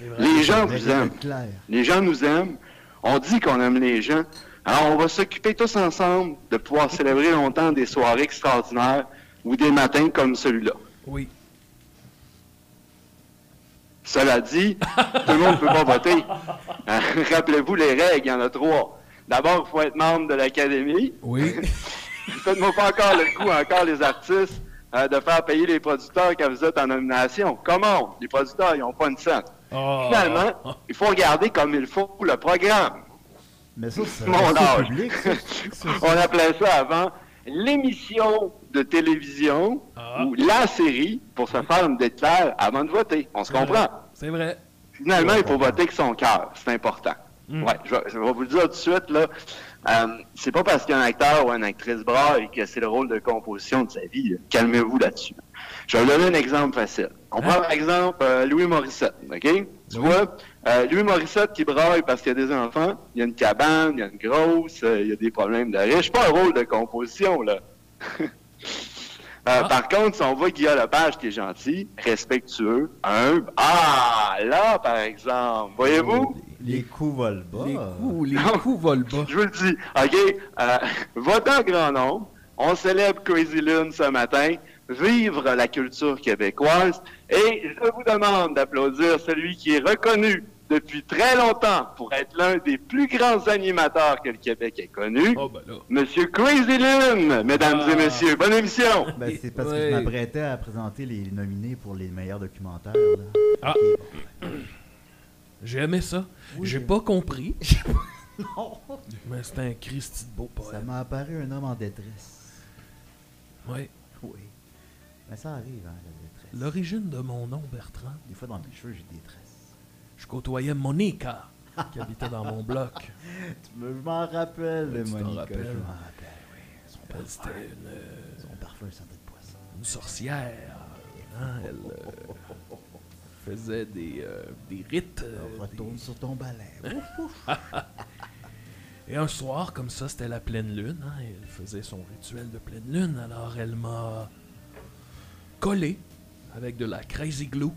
Speaker 2: vrai.
Speaker 8: Les gens
Speaker 3: Mais
Speaker 8: vous aiment.
Speaker 3: clair.
Speaker 8: Les gens nous aiment. On dit qu'on aime les gens. Alors, on va s'occuper tous ensemble de pouvoir célébrer longtemps des soirées extraordinaires ou des matins comme celui-là.
Speaker 2: Oui.
Speaker 8: Cela dit, tout le monde ne peut pas voter. Euh, Rappelez-vous les règles, il y en a trois. D'abord, il faut être membre de l'Académie.
Speaker 2: Oui.
Speaker 8: Faites-moi pas encore le coup, encore les artistes, euh, de faire payer les producteurs quand vous êtes en nomination. Comment? Les producteurs, ils n'ont pas une scène.
Speaker 2: Ah.
Speaker 8: Finalement, il faut regarder comme il faut le programme.
Speaker 3: Mais ça, c'est
Speaker 8: Mon âge.
Speaker 3: public. ça. Ça,
Speaker 8: On appelait ça avant l'émission de télévision
Speaker 2: Ah.
Speaker 8: ou la série pour se faire une déclare avant de voter. On se comprend.
Speaker 2: C'est vrai.
Speaker 8: Finalement, il faut voter avec son cœur. C'est important. Ouais, je, vais- je vais vous le dire tout de suite, là. Euh, c'est pas parce qu'un acteur ou une actrice braille que c'est le rôle de composition de sa vie. là. Calmez-vous là-dessus. Je vais vous donner un exemple facile. On prend par exemple euh, Louis Morissette, OK? Tu vois, euh, Louis Morissette qui braille parce qu'il y a des enfants, il y a une cabane, il y a une grosse, euh, il y a des problèmes de riches. pas un rôle de composition, là.
Speaker 2: Ah.
Speaker 8: Euh, Par contre, si on voit Guillaume Lepage qui est gentil, respectueux, humble, ah, là, par exemple, voyez-vous?
Speaker 3: Les coups volent le bas.
Speaker 2: Les coups, les coups volent bas.
Speaker 8: Je vous le dis, OK? Euh, votez en grand nombre. On célèbre Crazy Lune ce matin. Vivre la culture québécoise. Et je vous demande d'applaudir celui qui est reconnu depuis très longtemps pour être l'un des plus grands animateurs que le Québec ait connu.
Speaker 2: Oh, ben là.
Speaker 8: Monsieur Crazy Lune, mesdames et
Speaker 2: Ah.
Speaker 8: messieurs, bonne émission!
Speaker 3: Ben, c'est parce que
Speaker 2: Ouais.
Speaker 3: je m'apprêtais à présenter les nominés pour les meilleurs documentaires. Là.
Speaker 2: Ah.
Speaker 3: Ok,
Speaker 2: J'ai aimé ça. J'ai pas compris. Oh, Mais c'était un Christy de beau
Speaker 3: bon, ça
Speaker 2: poème.
Speaker 3: m'a apparu un homme en détresse.
Speaker 2: Ouais.
Speaker 3: Oui. Mais ça arrive, hein, la détresse.
Speaker 2: L'origine de mon nom, Bertrand,
Speaker 3: Des fois, dans mes cheveux, j'ai des tresses.
Speaker 2: je côtoyais Monica, qui habitait dans mon bloc.
Speaker 3: Tu me- Je m'en rappelle,
Speaker 2: Tu t'en
Speaker 3: Monica.
Speaker 2: rappelles? Euh,
Speaker 3: Je m'en rappelle, oui. Son
Speaker 2: Elle,
Speaker 3: parfum,
Speaker 2: C'était une,
Speaker 3: son parfum sentait de poisson.
Speaker 2: une sorcière. hein, Elle euh, faisait des, euh, des rites. euh,
Speaker 3: On retourne
Speaker 2: des-
Speaker 3: sur ton balai.
Speaker 2: Hein?
Speaker 3: Ouf, ouf.
Speaker 2: Et un soir, comme ça, c'était la pleine lune. hein, et elle faisait son rituel de pleine lune. Alors elle m'a collé avec de la crazy glue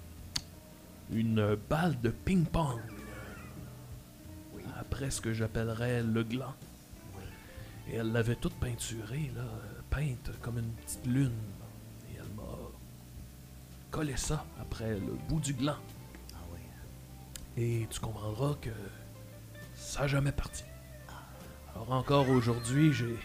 Speaker 2: une euh, balle de ping-pong. Après ce que j'appellerais le gland. Et elle l'avait toute peinturée, là, euh, peinte comme une petite lune. Et elle m'a collé ça après le bout du gland.
Speaker 3: Ah oui.
Speaker 2: Et tu comprendras que ça n'a jamais parti. Alors encore aujourd'hui, j'ai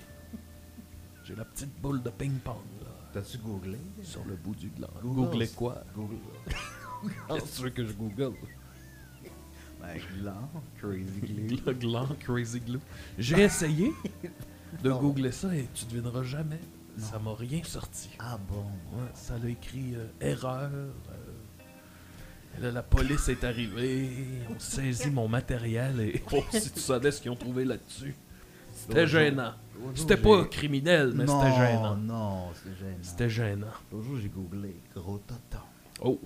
Speaker 2: j'ai la petite boule de ping-pong là,
Speaker 3: T'as-tu googlé?
Speaker 2: sur le bout du gland.
Speaker 3: Google.
Speaker 2: Googlez quoi
Speaker 3: Google.
Speaker 2: Qu'est-ce que tu veux que je google
Speaker 3: Ben, gland, crazy glue.
Speaker 2: Le gland crazy glue. J'ai essayé de googler ça et tu devineras jamais. Ça m'a rien sorti.
Speaker 3: Ah bon?
Speaker 2: Ouais, ça l'a écrit euh, erreur. euh, et là, la police est arrivée, on saisit mon matériel et oh, si tu savais ce qu'ils ont trouvé là-dessus. C'était gênant.
Speaker 3: L'autre jour,
Speaker 2: C'était pas
Speaker 3: j'ai-
Speaker 2: criminel, mais
Speaker 3: non,
Speaker 2: c'était gênant.
Speaker 3: Non, c'était gênant.
Speaker 2: C'était gênant.
Speaker 3: L'autre jour, j'ai googlé gros toton.
Speaker 2: Oh,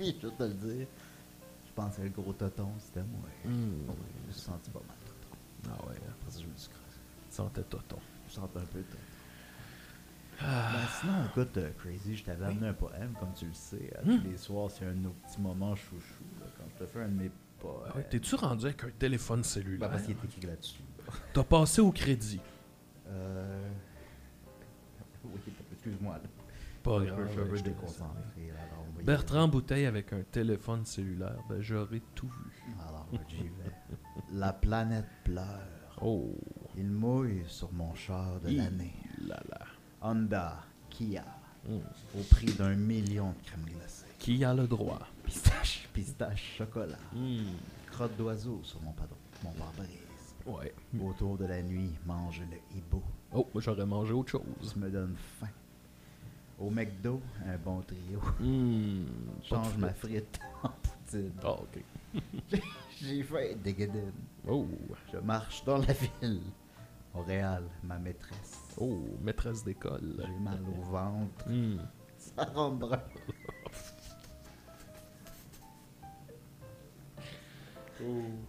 Speaker 3: Je vais te le dire. Je pensais que le gros toton, c'était moi.
Speaker 2: Mm.
Speaker 3: Oui, je me suis senti pas mal toton.
Speaker 2: ah ouais, hein.
Speaker 3: Après ça, je me suis crassé.
Speaker 2: sentais toton.
Speaker 3: Je sentais un peu toton. Ben, sinon, écoute, euh, Crazy, je t'avais amené un poème, comme tu le sais. à Tous les soirs, c'est un de nos petits moments chouchou. là, quand je te fais un de mes poèmes.
Speaker 2: Ah Ouais, T'es-tu rendu avec un téléphone cellulaire?
Speaker 3: Ben, parce qu'il est écrit là-dessus.
Speaker 2: T'as passé au crédit.
Speaker 3: Euh... Oui, excuse-moi. là.
Speaker 2: Pas
Speaker 3: Je
Speaker 2: grave,
Speaker 3: suis un
Speaker 2: ouais,
Speaker 3: peu
Speaker 2: je te
Speaker 3: déconcentré. là, alors, oui.
Speaker 2: Bertrand Bouteille avec un téléphone cellulaire, ben j'aurais tout vu.
Speaker 3: Alors, j'y vais. La planète pleure.
Speaker 2: Oh,
Speaker 3: Il mouille sur mon char de
Speaker 2: Hi.
Speaker 3: l'année.
Speaker 2: là là.
Speaker 3: Honda, Kia,
Speaker 2: Mm.
Speaker 3: au prix d'un million de crèmes glacées.
Speaker 2: Qui a le droit?
Speaker 3: Pistache, pistache, chocolat.
Speaker 2: Hmm,
Speaker 3: Crotte d'oiseau sur mon padron, mon pare-brise.
Speaker 2: Ouais.
Speaker 3: Autour de la nuit, mange le hibou.
Speaker 2: Oh, moi, j'aurais mangé autre chose.
Speaker 3: Ça me donne faim. Au McDo, un bon trio.
Speaker 2: Hmm, pas de
Speaker 3: Change
Speaker 2: fruits.
Speaker 3: ma frite en poutine.
Speaker 2: Ah, ok.
Speaker 3: J'ai faim, dégueudine.
Speaker 2: Oh,
Speaker 3: Je marche dans la ville. Montréal, ma maîtresse.
Speaker 2: oh, maîtresse d'école.
Speaker 3: J'ai mal au ventre.
Speaker 2: Hmm.
Speaker 3: Ça rend brun.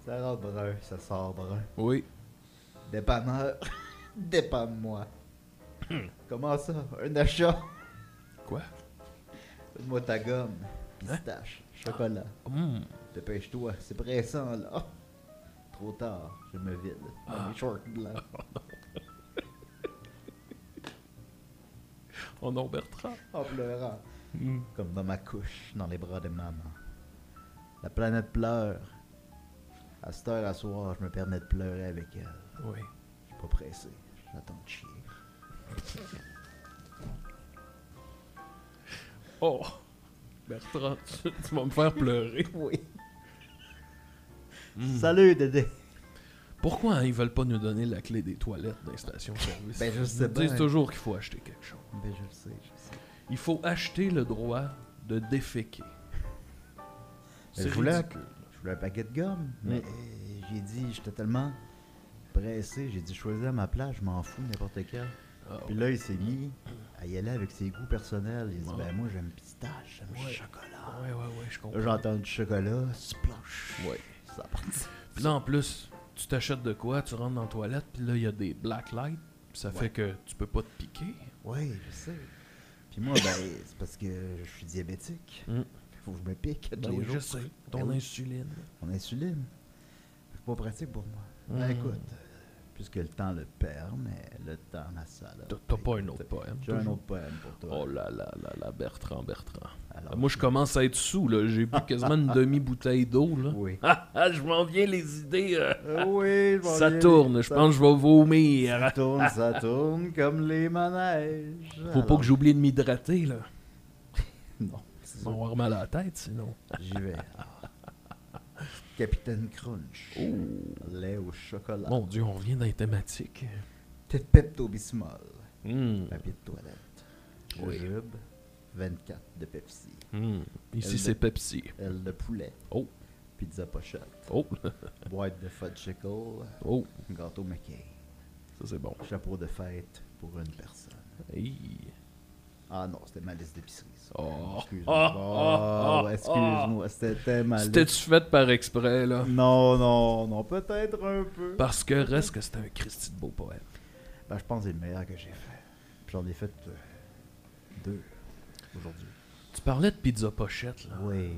Speaker 3: Ça rend brun, ça sort brun.
Speaker 2: Oui.
Speaker 3: Dépanneur, dépanne-moi. Comment ça? Un achat?
Speaker 2: Quoi?
Speaker 3: Donne-moi ta gomme. Pistache, Chocolat.
Speaker 2: Hum.
Speaker 3: Dépêche-toi, c'est pressant là. Trop tard, je me vide. Dans mes shorts blancs.
Speaker 2: Oh non, Bertrand.
Speaker 3: en pleurant.
Speaker 2: Hmm.
Speaker 3: Comme dans ma couche, dans les bras de maman. La planète pleure. À cette heure à soir, je me permets de pleurer avec elle.
Speaker 2: Oui.
Speaker 3: Je suis pas pressé. J'attends de chier.
Speaker 2: Oh! Bertrand, tu, tu vas me faire pleurer.
Speaker 3: Oui. Hmm. Salut, Dédé.
Speaker 2: Pourquoi hein, ils veulent pas nous donner la clé des toilettes dans les stations-service?
Speaker 3: Ben, je
Speaker 2: Ils
Speaker 3: sais
Speaker 2: nous
Speaker 3: pas,
Speaker 2: disent
Speaker 3: hein.
Speaker 2: toujours qu'il faut acheter quelque chose.
Speaker 3: Ben, je le sais, je le sais.
Speaker 2: Il faut acheter le droit de déféquer.
Speaker 3: je voulais- Je voulais un paquet de gomme, mais euh, j'ai dit, j'étais tellement pressé. J'ai dit, choisis à ma place, je m'en fous, n'importe quel.
Speaker 2: Ah,
Speaker 3: Puis là, il s'est mis à y aller avec ses goûts personnels. Il a
Speaker 2: Ouais.
Speaker 3: dit, ben moi, j'aime pistache, j'aime
Speaker 2: Ouais.
Speaker 3: chocolat.
Speaker 2: Ah, Ouais, ouais, ouais, je
Speaker 3: Là,
Speaker 2: comprends.
Speaker 3: j'entends du chocolat, splash.
Speaker 2: Ouais.
Speaker 3: Ça partit.
Speaker 2: Puis là, en plus, tu t'achètes de quoi, tu rentres dans la toilette, puis là, il y a des black lights. puis Ça fait que tu peux pas te piquer.
Speaker 3: Ouais, je sais. Puis moi, ben, c'est parce que je suis diabétique.
Speaker 2: Mm.
Speaker 3: Faut que Bah je me pique tous
Speaker 2: Ben
Speaker 3: les
Speaker 2: oui,
Speaker 3: jours.
Speaker 2: je sais. Ton
Speaker 3: Ben oui.
Speaker 2: insuline.
Speaker 3: Mon insuline. C'est pas pratique pour moi. Ben
Speaker 2: Mm.
Speaker 3: écoute, puisque le temps le perd, mais le temps, ma salope.
Speaker 2: T'as- t'as pas hein? un
Speaker 3: Écoute,
Speaker 2: autre poème,
Speaker 3: J'ai un
Speaker 2: toujours.
Speaker 3: autre poème pour toi.
Speaker 2: Oh là là là là, Bertrand, Bertrand.
Speaker 3: Alors,
Speaker 2: Moi, je commence à être sous, là. J'ai bu quasiment une demi-bouteille d'eau, là.
Speaker 3: Oui.
Speaker 2: Ah, ah, je m'en viens, les idées. euh,
Speaker 3: Euh, oui, je m'en
Speaker 2: ça
Speaker 3: viens.
Speaker 2: tourne, je
Speaker 3: Ça-
Speaker 2: pense que je vais vomir.
Speaker 3: Ça tourne, ça tourne comme les manèges.
Speaker 2: Faut pas que j'oublie de m'hydrater, là.
Speaker 3: Non,
Speaker 2: Ils vont avoir mal à la tête, sinon.
Speaker 3: j'y vais. Capitaine Crunch. Lait au chocolat.
Speaker 2: Mon Dieu, on revient dans les thématiques.
Speaker 3: Tête Pepto-Bismol.
Speaker 2: Hmm,
Speaker 3: Papier de toilette.
Speaker 2: Oui.
Speaker 3: Jujube. 24 de Pepsi.
Speaker 2: hmm. Ici,
Speaker 3: Elle
Speaker 2: c'est
Speaker 3: de-
Speaker 2: Pepsi.
Speaker 3: Aile de poulet.
Speaker 2: Oh.
Speaker 3: Pizza pochette.
Speaker 2: Oh,
Speaker 3: Boîte de fudgicle.
Speaker 2: oh,
Speaker 3: Gâteau McKay.
Speaker 2: ça, c'est bon.
Speaker 3: Chapeau de fête pour une personne.
Speaker 2: Hey.
Speaker 3: Ah non, c'était ma liste d'épicerie. ça.
Speaker 2: Oh.
Speaker 3: Excuse-moi.
Speaker 2: Oh, oh, oh,
Speaker 3: excuse-moi, c'était ma liste.
Speaker 2: C'était-tu fait par exprès,
Speaker 3: Mmh.
Speaker 2: là?
Speaker 3: Non, non, non, peut-être un peu.
Speaker 2: Parce que reste que c'était un Christy de beau poème.
Speaker 3: Ben, je pense que c'est le meilleur que j'ai fait. Puis J'en ai fait euh, deux aujourd'hui.
Speaker 2: Tu parlais de pizza pochette, là.
Speaker 3: Oui.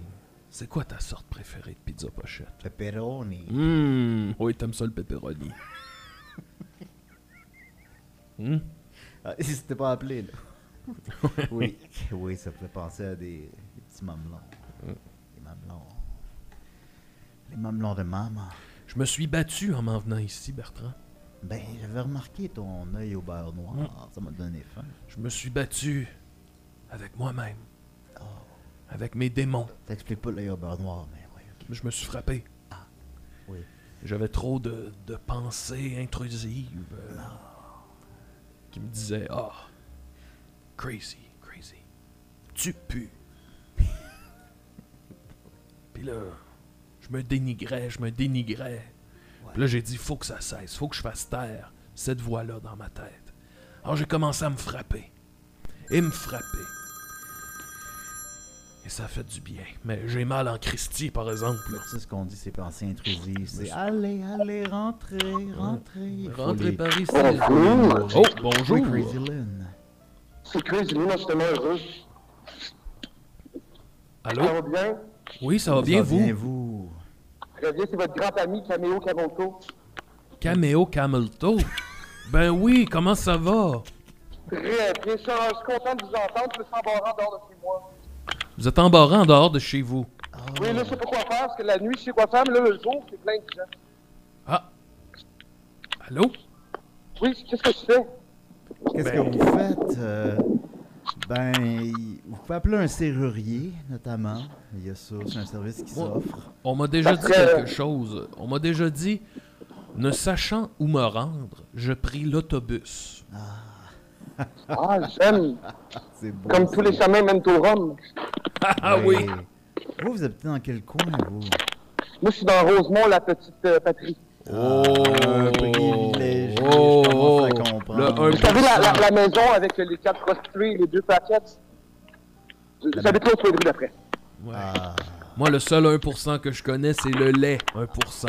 Speaker 2: C'est quoi ta sorte préférée de pizza pochette?
Speaker 3: Pepperoni.
Speaker 2: Hum, oui, t'aimes ça le pepperoni. Hum,
Speaker 3: Ah, si c'était pas appelé, là. oui, oui, ça fait penser à des, des petits mamelons.
Speaker 2: Mm.
Speaker 3: Des mamelons. Les mamelons de maman.
Speaker 2: Je me suis battu en m'en venant ici, Bertrand.
Speaker 3: Ben, j'avais remarqué ton œil au beurre
Speaker 2: Mm.
Speaker 3: noir. Ça m'a donné faim.
Speaker 2: Je me suis battu avec moi-même. Avec mes démons.
Speaker 3: T'expliques pas l'œil au beurre noir, mais oui, ok.
Speaker 2: Je me suis frappé.
Speaker 3: Oui.
Speaker 2: J'avais trop de, de pensées intrusives euh, qui me disaient Ah, crazy, crazy. Tu pues. Puis là, je me dénigrais, je me dénigrais. Puis là, j'ai dit Faut que ça cesse, faut que je fasse taire cette voix-là dans ma tête. Alors, j'ai commencé à me frapper. Et me frapper. Et ça fait du bien. Mais j'ai mal en Christie, par exemple. là.
Speaker 3: Tu sais ce qu'on dit, c'est pensées intrusives. C'est allez, allez, rentrez, rentrez. Il faut
Speaker 2: Mm. Rentrez
Speaker 3: les-
Speaker 2: par ici.
Speaker 8: Bonjour.
Speaker 2: Oh,
Speaker 3: Oui,
Speaker 2: bonjour.
Speaker 3: Crazy Lynn.
Speaker 8: C'est Chris, moi, c'est russe.
Speaker 2: Allô?
Speaker 8: va bien?
Speaker 2: Oui, ça va bien,
Speaker 3: Ça vient,
Speaker 2: vous?
Speaker 3: vous.
Speaker 8: Très bien, c'est votre grand ami Caméo Camonto.
Speaker 2: Cameo Camelto? Ben oui, comment ça va?
Speaker 8: Très bien, je suis content de vous entendre, je me sens barrant dehors de chez moi.
Speaker 2: Vous êtes embarré en dehors de chez vous.
Speaker 8: Oui, là, je sais pas quoi faire, parce que la nuit, je sais quoi faire, mais là, le jour, c'est plein de gens.
Speaker 2: Ah! Allô?
Speaker 8: Oui, qu'est-ce que je fais?
Speaker 3: Qu'est-ce
Speaker 2: Ben,
Speaker 3: que vous faites? euh, ben, y- vous pouvez appeler un serrurier, notamment. Il y a ça, c'est un service qui s'offre.
Speaker 2: On m'a déjà
Speaker 8: Parce
Speaker 2: dit
Speaker 8: que-
Speaker 2: quelque chose. On m'a déjà dit, ne sachant où me rendre, je pris l'autobus.
Speaker 8: Ah, j'aime,
Speaker 3: C'est beau.
Speaker 8: comme tous les
Speaker 3: ça.
Speaker 8: chemins mènent au Rhum.
Speaker 3: Ben
Speaker 2: Ah oui!
Speaker 3: Vous, vous habitez dans quel coin, vous?
Speaker 8: Moi, je suis dans Rosemont, la petite euh, patrie.
Speaker 2: Oh!
Speaker 3: un Ah, privilégié, je
Speaker 2: Oh!
Speaker 3: commence à comprendre.
Speaker 2: Le un
Speaker 8: Vous savez, la, la-
Speaker 2: pour cent.
Speaker 8: la maison avec euh, les quatre prostituées et les deux plaquettes? J'habite l'autre rue d'après.
Speaker 2: Ouais.
Speaker 3: Ah,
Speaker 2: Moi, le seul 1% que je connais, c'est le lait 1%.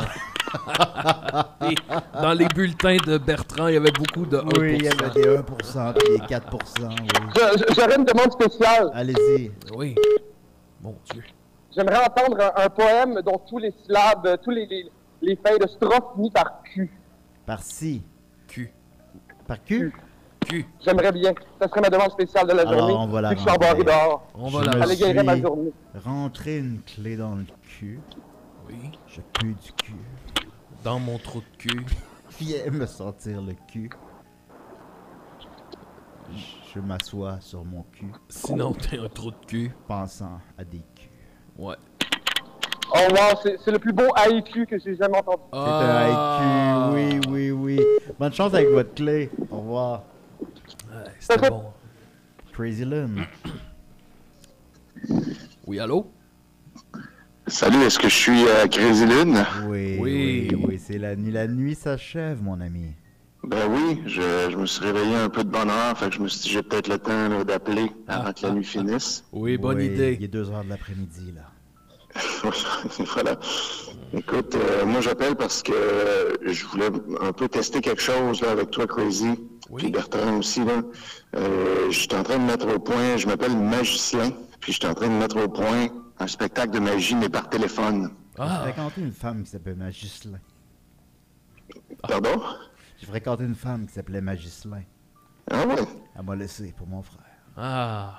Speaker 2: Et dans les bulletins de Bertrand, il y avait beaucoup de 1%.
Speaker 3: oui, il y avait des 1% puis des 4%. Oui.
Speaker 8: Je- je- J'aurais une demande spéciale.
Speaker 3: Allez-y.
Speaker 2: Oui. Mon Dieu.
Speaker 11: J'aimerais entendre un, un poème dont tous les syllabes, euh, tous les, les, les fins de strophe finissent par Q.
Speaker 3: Par si.
Speaker 2: Q.
Speaker 3: Par Q?
Speaker 2: Q.
Speaker 11: J'aimerais bien. Ça serait ma demande spéciale de la
Speaker 3: Alors,
Speaker 11: journée.
Speaker 3: on va la
Speaker 11: vu que je suis en
Speaker 3: rentrer.
Speaker 11: barre dehors.
Speaker 2: On va
Speaker 3: Je
Speaker 2: la
Speaker 3: me
Speaker 11: Ça
Speaker 3: suis
Speaker 11: l'égayerait ma journée.
Speaker 3: rentré une clé dans le cul.
Speaker 2: Oui.
Speaker 3: Je pue du cul.
Speaker 2: Dans mon trou de cul.
Speaker 3: Viens me sentir le cul. Je- Je m'assois sur mon cul,
Speaker 2: Sinon, t'es un trou de cul.
Speaker 3: pensant à des culs.
Speaker 2: Ouais.
Speaker 11: Oh wow, c'est c'est le plus beau haïku que j'ai jamais entendu.
Speaker 3: C'est
Speaker 2: Ah.
Speaker 3: un IQ, oui, oui, oui. Bonne chance avec votre clé. Au revoir.
Speaker 2: Ouais, C'était bon.
Speaker 3: Crazy Lynn.
Speaker 2: Oui, allô?
Speaker 6: Salut, est-ce que je suis à Crazy Lune?
Speaker 3: Oui, oui,
Speaker 2: Oui.
Speaker 3: oui, c'est la nuit. La nuit s'achève, mon ami.
Speaker 6: Ben oui, je, je me suis réveillé un peu de bonne heure, fait que je me suis dit j'ai peut-être le temps là, d'appeler avant que la nuit finisse.
Speaker 2: Oui, bonne
Speaker 3: Oui, Il
Speaker 2: idée.
Speaker 3: est 2 heures de l'après-midi, là.
Speaker 6: voilà. Écoute, euh, moi j'appelle parce que euh, je voulais un peu tester quelque chose là, avec toi, Crazy,
Speaker 2: Oui.
Speaker 6: puis Bertrand aussi. Là. Euh, je suis en train de mettre au point, je m'appelle Magicien, puis je suis en train de mettre au point un spectacle de magie, mais par téléphone.
Speaker 3: J'ai
Speaker 2: Ah,
Speaker 3: fréquenté une femme qui s'appelait Magislin.
Speaker 2: Ah.
Speaker 6: Pardon?
Speaker 3: J'ai fréquenté une femme qui s'appelait Magislin.
Speaker 6: Ah ouais?
Speaker 3: Elle m'a laissé pour mon frère.
Speaker 2: ah.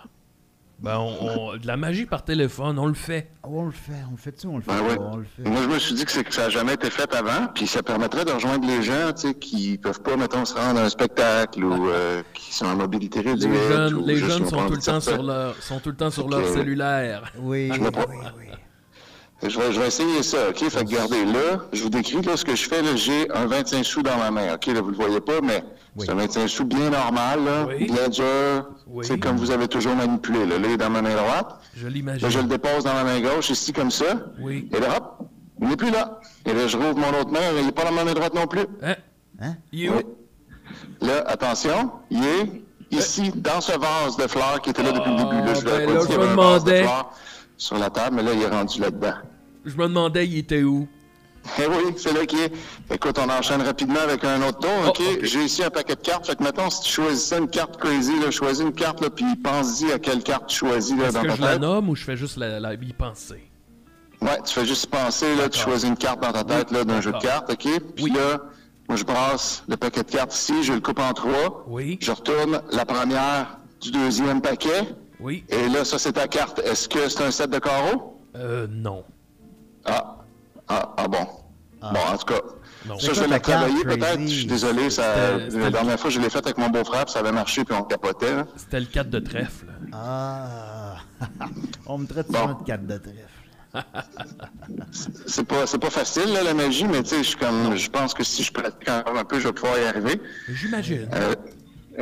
Speaker 2: Ben, on, on- de la magie par téléphone, on le fait.
Speaker 3: Ah ouais, on le fait, on le fait-tu, on le fait,
Speaker 6: Ben ouais.
Speaker 3: pas, on le fait.
Speaker 6: Moi, je me suis dit que, c'est que ça n'a jamais été fait avant, puis ça permettrait de rejoindre les gens tu sais, qui peuvent pas, mettons, se rendre à un spectacle ou euh, qui sont en mobilité
Speaker 2: Les
Speaker 6: réduite.
Speaker 2: jeunes,
Speaker 6: ou
Speaker 2: les
Speaker 6: juste qui
Speaker 2: jeunes
Speaker 6: ont
Speaker 2: sont
Speaker 6: pas
Speaker 2: tout
Speaker 6: envie
Speaker 2: le
Speaker 6: de
Speaker 2: temps
Speaker 6: sortir.
Speaker 2: sur leur, sont tout le temps sur leur
Speaker 6: Ok.
Speaker 2: cellulaire.
Speaker 3: Oui,
Speaker 6: Je me pro-
Speaker 3: oui, oui.
Speaker 6: Je vais, je vais essayer ça, OK? Fait que regardez, là, je vous décris là, ce que je fais. Là, j'ai un 25 sous dans ma main, OK? Là, vous le voyez pas, mais
Speaker 3: Oui.
Speaker 6: c'est un 25 sous bien normal, là,
Speaker 2: Oui.
Speaker 6: bien dur,
Speaker 2: Oui.
Speaker 6: c'est comme vous avez toujours manipulé. Là, là, il est dans ma main droite.
Speaker 2: Je
Speaker 6: Là, je le
Speaker 2: l'imagine.
Speaker 6: dépose dans ma main gauche, ici, comme ça.
Speaker 2: Oui.
Speaker 6: Et là, hop, il n'est plus là. Et là, je rouvre mon autre main, il n'est pas dans ma main droite non plus.
Speaker 2: Hein?
Speaker 3: Hein?
Speaker 2: You?
Speaker 6: Oui. Là, attention, il est ici, dans ce vase de fleurs qui était là depuis le début. Là, je vous
Speaker 2: Ah,
Speaker 6: avais
Speaker 2: ben
Speaker 6: pas
Speaker 2: là,
Speaker 6: dit qu'il y
Speaker 2: je me
Speaker 6: avait un vase de
Speaker 2: demandais.
Speaker 6: fleurs sur la table, mais là, il est rendu là-dedans.
Speaker 2: Je me demandais, il était où?
Speaker 6: Eh oui, c'est là qui est. Écoute, on enchaîne rapidement avec un autre tour,
Speaker 2: Oh,
Speaker 6: OK?
Speaker 2: ok.
Speaker 6: J'ai ici un paquet de cartes. Fait que maintenant, si tu choisissais une carte crazy, là, choisis une carte, là, puis pense-y à quelle carte tu choisis là,
Speaker 2: Est-ce
Speaker 6: dans
Speaker 2: que
Speaker 6: ta
Speaker 2: je la
Speaker 6: tête.
Speaker 2: nomme ou je fais juste la, la- y penser?
Speaker 6: Ouais, tu fais juste penser, là, tu choisis une carte dans ta tête, là, d'un jeu de
Speaker 2: D'accord.
Speaker 6: cartes, OK? Puis
Speaker 2: Oui.
Speaker 6: là, moi, je brasse le paquet de cartes ici, je le coupe en trois.
Speaker 2: Oui.
Speaker 6: Je retourne la première du deuxième paquet.
Speaker 2: Oui.
Speaker 6: Et là, ça, c'est ta carte. Est-ce que c'est un set de carreaux?
Speaker 2: Euh, non.
Speaker 6: Ah, ah, ah bon. Bon, en tout cas,
Speaker 2: Non.
Speaker 6: ça, je
Speaker 3: quoi
Speaker 6: vais la
Speaker 3: ta carte,
Speaker 6: travailler
Speaker 3: Crazy?
Speaker 6: peut-être. Je suis désolé, ça,
Speaker 2: C'était- c'était
Speaker 6: la
Speaker 2: le-
Speaker 6: dernière fois, je l'ai faite avec mon beau-frère, puis ça avait marché, puis on capotait. là.
Speaker 2: C'était le 4 de trèfle.
Speaker 3: Ah! on me traite
Speaker 6: Bon.
Speaker 3: souvent de carte de trèfle.
Speaker 6: C'est pas, c'est pas facile, là, la magie, mais tu sais, je suis comme, je pense que si je pratique encore un peu, je vais pouvoir y arriver.
Speaker 2: J'imagine.
Speaker 6: Euh,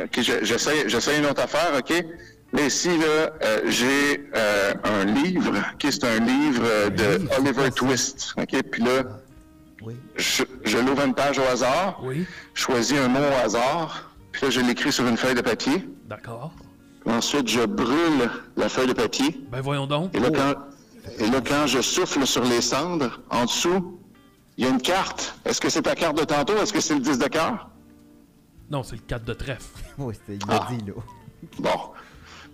Speaker 6: ok, je- j'essaie, j'essaie une autre affaire, OK? Mais ici, là, euh, j'ai euh, un livre, qui c'est un livre euh, de
Speaker 3: livre,
Speaker 6: Oliver
Speaker 3: c'est quoi
Speaker 6: Twist, OK? Puis là,
Speaker 3: Oui.
Speaker 6: je, je l'ouvre une page au hasard,
Speaker 2: Oui.
Speaker 6: je choisis un mot au hasard, puis là, je l'écris sur une feuille de papier.
Speaker 2: D'accord.
Speaker 6: Ensuite, je brûle la feuille de papier.
Speaker 2: Ben voyons donc.
Speaker 6: Et là, quand, et là, quand je souffle sur les cendres, en dessous, il y a une carte. Est-ce que c'est ta carte de tantôt? Est-ce que c'est le 10 de cœur?
Speaker 2: Non, c'est le 4 de trèfle.
Speaker 3: Oui, c'était, il
Speaker 2: Ah.
Speaker 3: l'a dit, là.
Speaker 6: Bon.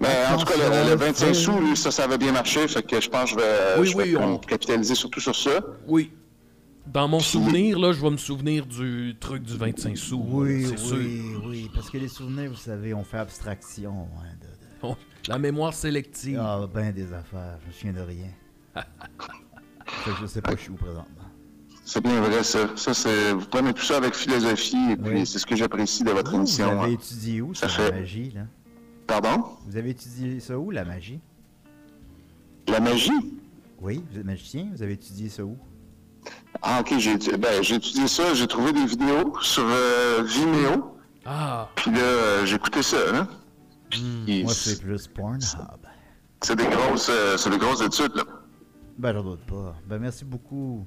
Speaker 6: Mais en tout cas, le, le 25 sous, lui, ça, ça avait bien marché. Fait que je pense que je vais,
Speaker 2: Oui,
Speaker 6: je vais
Speaker 2: oui, on-
Speaker 6: comme capitaliser surtout sur ça.
Speaker 2: Oui. Dans mon souvenir, là, je vais me souvenir du truc du 25 sous.
Speaker 3: Oui,
Speaker 2: là,
Speaker 3: oui,
Speaker 2: c'est sûr.
Speaker 3: oui. Parce que les souvenirs, vous savez, on fait abstraction. hein, de- de-
Speaker 2: On- La mémoire sélective.
Speaker 3: Ah, ben des affaires. Je me souviens de rien. Fait que je sais pas, je suis où présentement.
Speaker 6: C'est bien vrai, ça. Ça, c'est, vous prenez tout ça avec philosophie, et puis
Speaker 3: Oui. Ah,
Speaker 6: c'est ce que j'apprécie de votre
Speaker 3: Vous
Speaker 6: émission.
Speaker 3: avez
Speaker 6: hein.
Speaker 3: étudié où, ça,
Speaker 6: Ça
Speaker 3: la
Speaker 6: fait-
Speaker 3: magie, là?
Speaker 6: Pardon?
Speaker 3: Vous avez étudié ça où, la magie?
Speaker 6: La magie?
Speaker 3: Oui, vous êtes magicien, vous avez étudié ça où?
Speaker 6: Ah, ok, j'ai étu- ben, j'ai étudié ça, j'ai trouvé des vidéos sur euh, Vimeo,
Speaker 2: Ah,
Speaker 6: puis là, euh, j'ai écouté ça, hein. Puis
Speaker 3: Moi,
Speaker 6: c'est
Speaker 3: c'est plus Pornhub.
Speaker 6: c'est des grosses, euh, c'est des grosses études, là.
Speaker 3: Ben, j'en doute pas. Ben, merci beaucoup.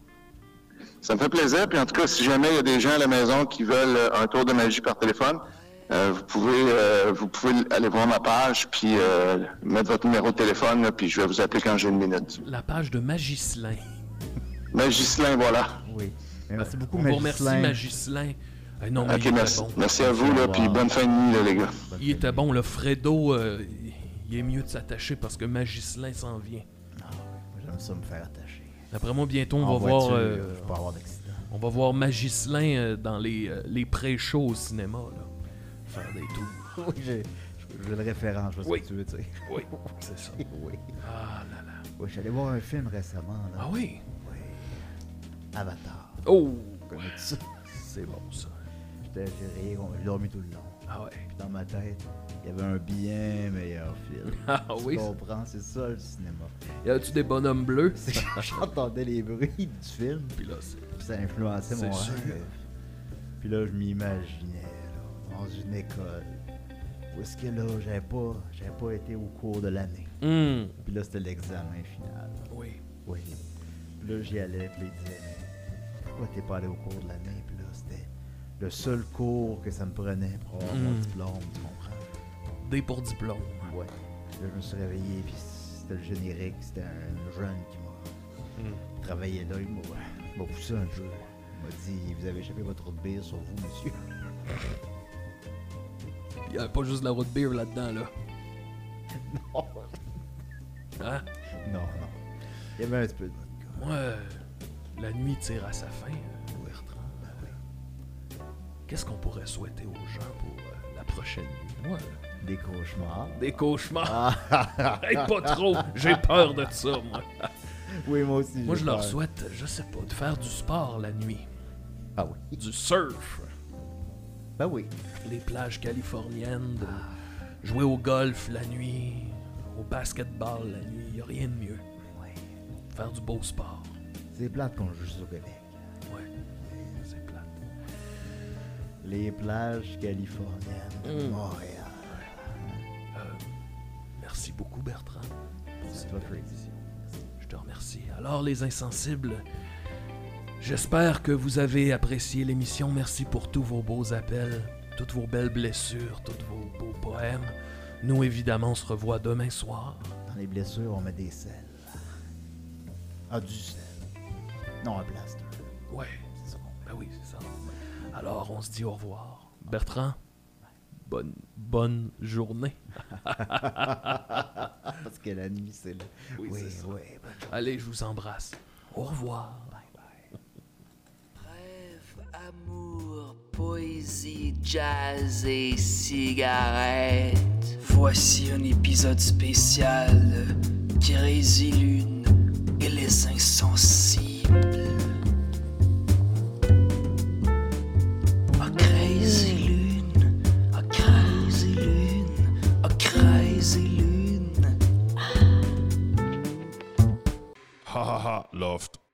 Speaker 6: Ça me fait plaisir, puis en tout cas, si jamais il y a des gens à la maison qui veulent euh, un tour de magie par téléphone, euh, vous pouvez, euh, vous pouvez aller voir ma page, puis euh, mettre votre numéro de téléphone, là, puis je vais vous appeler quand j'ai une minute.
Speaker 2: la page de Magislin.
Speaker 6: Magislin, voilà.
Speaker 3: Oui. Ben, merci beaucoup,
Speaker 2: On vous remercie,
Speaker 3: Magislin.
Speaker 2: Magislin. Eh non, mais
Speaker 6: ok,
Speaker 2: il était
Speaker 6: merci,
Speaker 2: bon.
Speaker 6: merci à vous, là, puis bonne fin de nuit, là, les gars.
Speaker 3: Ben,
Speaker 2: Il était bon, le Fredo. euh, il est mieux de s'attacher parce que Magislin s'en vient.
Speaker 3: J'aime comme ça me faire attacher.
Speaker 2: D'après moi, bientôt, on
Speaker 3: En
Speaker 2: va
Speaker 3: voiture,
Speaker 2: voir. euh,
Speaker 3: je vais pas avoir d'accident.
Speaker 2: on va voir Magicelin euh, dans les, euh, les pré-shows au cinéma, là. Faire des tours.
Speaker 3: Oui, j'ai j'ai le référent, je vois ce que tu veux, tu sais.
Speaker 2: Oui, c'est ça.
Speaker 3: oui.
Speaker 2: Ah là là.
Speaker 3: Oui, j'allais voir un film récemment. Là.
Speaker 2: Ah oui?
Speaker 3: Oui. Avatar.
Speaker 2: Oh!
Speaker 3: Connais-tu ça?
Speaker 2: C'est bon, ça.
Speaker 3: J'étais j'ai rien, on- j'ai dormi tout le long.
Speaker 2: Ah ouais.
Speaker 3: Puis dans ma tête, il y avait un bien meilleur film.
Speaker 2: Ah
Speaker 3: tu
Speaker 2: oui?
Speaker 3: comprends, c'est ça le cinéma.
Speaker 2: Y a-tu des bonhommes bleus?
Speaker 3: C'est que j'entendais les bruits du film,
Speaker 2: Puis là, c'est.
Speaker 3: puis ça influençait
Speaker 2: C'est
Speaker 3: mon
Speaker 2: sûr.
Speaker 3: rêve. Puis là, je m'imaginais là, dans une école. Où est-ce que là, j'avais pas, j'avais pas été au cours de l'année.
Speaker 2: Hum.
Speaker 3: Puis là, c'était l'examen final.
Speaker 2: Oui.
Speaker 3: Oui. Puis là, j'y allais, puis là, il disait, mais pourquoi t'es pas allé au cours de l'année? Puis là, c'était le seul cours que ça me prenait pour avoir mon
Speaker 2: Mm.
Speaker 3: diplôme, tu comprends?
Speaker 2: Des pour diplôme.
Speaker 3: Ouais. Puis là, je me suis réveillé, puis c'était le générique, c'était un jeune qui m'a
Speaker 2: Mm.
Speaker 3: travaillé là, il m'a il m'a poussé un jour. Il m'a dit, vous avez échappé votre route de bière sur vous, monsieur.
Speaker 2: Y a pas juste de la route beer là-dedans, là.
Speaker 3: non,
Speaker 2: Hein?
Speaker 3: non. Il y avait un petit peu de vodka.
Speaker 2: Moi, euh, la nuit tire à sa fin, euh, Bertrand. Qu'est-ce qu'on pourrait souhaiter aux gens pour euh, la prochaine nuit? Moi, euh,
Speaker 3: Des cauchemars.
Speaker 2: des cauchemars.
Speaker 3: Ah, ah, ah,
Speaker 2: Hey, pas trop. J'ai peur de ça, moi.
Speaker 3: oui, moi aussi.
Speaker 2: Moi,
Speaker 3: j'ai
Speaker 2: je leur
Speaker 3: peur.
Speaker 2: souhaite, je sais pas, de faire du sport la nuit.
Speaker 3: Ah oui.
Speaker 2: Du surf,
Speaker 3: Ben oui.
Speaker 2: les plages californiennes, de jouer au golf la nuit, au basketball la nuit. Y a rien de mieux. Faire du beau sport.
Speaker 3: C'est plate qu'on joue juste au Québec.
Speaker 2: Ouais. C'est plate.
Speaker 3: Les plages californiennes de
Speaker 2: Mm.
Speaker 3: Montréal.
Speaker 2: Merci beaucoup, Bertrand.
Speaker 3: C'est toi, Crazy.
Speaker 2: Je te remercie. Alors, les insensibles, j'espère que vous avez apprécié l'émission. Merci pour tous vos beaux appels, toutes vos belles blessures, tous vos beaux poèmes. Nous, évidemment, on se revoit demain soir.
Speaker 3: Dans les blessures, on met des sels. Ah, du sel. Non, un plaster.
Speaker 2: Ouais,
Speaker 3: C'est ça qu'on met.
Speaker 2: ben oui, c'est ça. Alors, on se dit au revoir. Bertrand, bonne, bonne journée.
Speaker 3: Parce que la nuit, c'est là.
Speaker 2: Oui,
Speaker 3: oui.
Speaker 2: c'est ça.
Speaker 3: oui.
Speaker 2: Allez, je vous embrasse. Au revoir. Bye bye.
Speaker 1: Rêve, amour, poésie, jazz et cigarette. Voici un épisode spécial qui Lune et les insensibles. Oh crazy lune, oh crazy lune, oh crazy lune.
Speaker 7: Ha ha ha, Loft.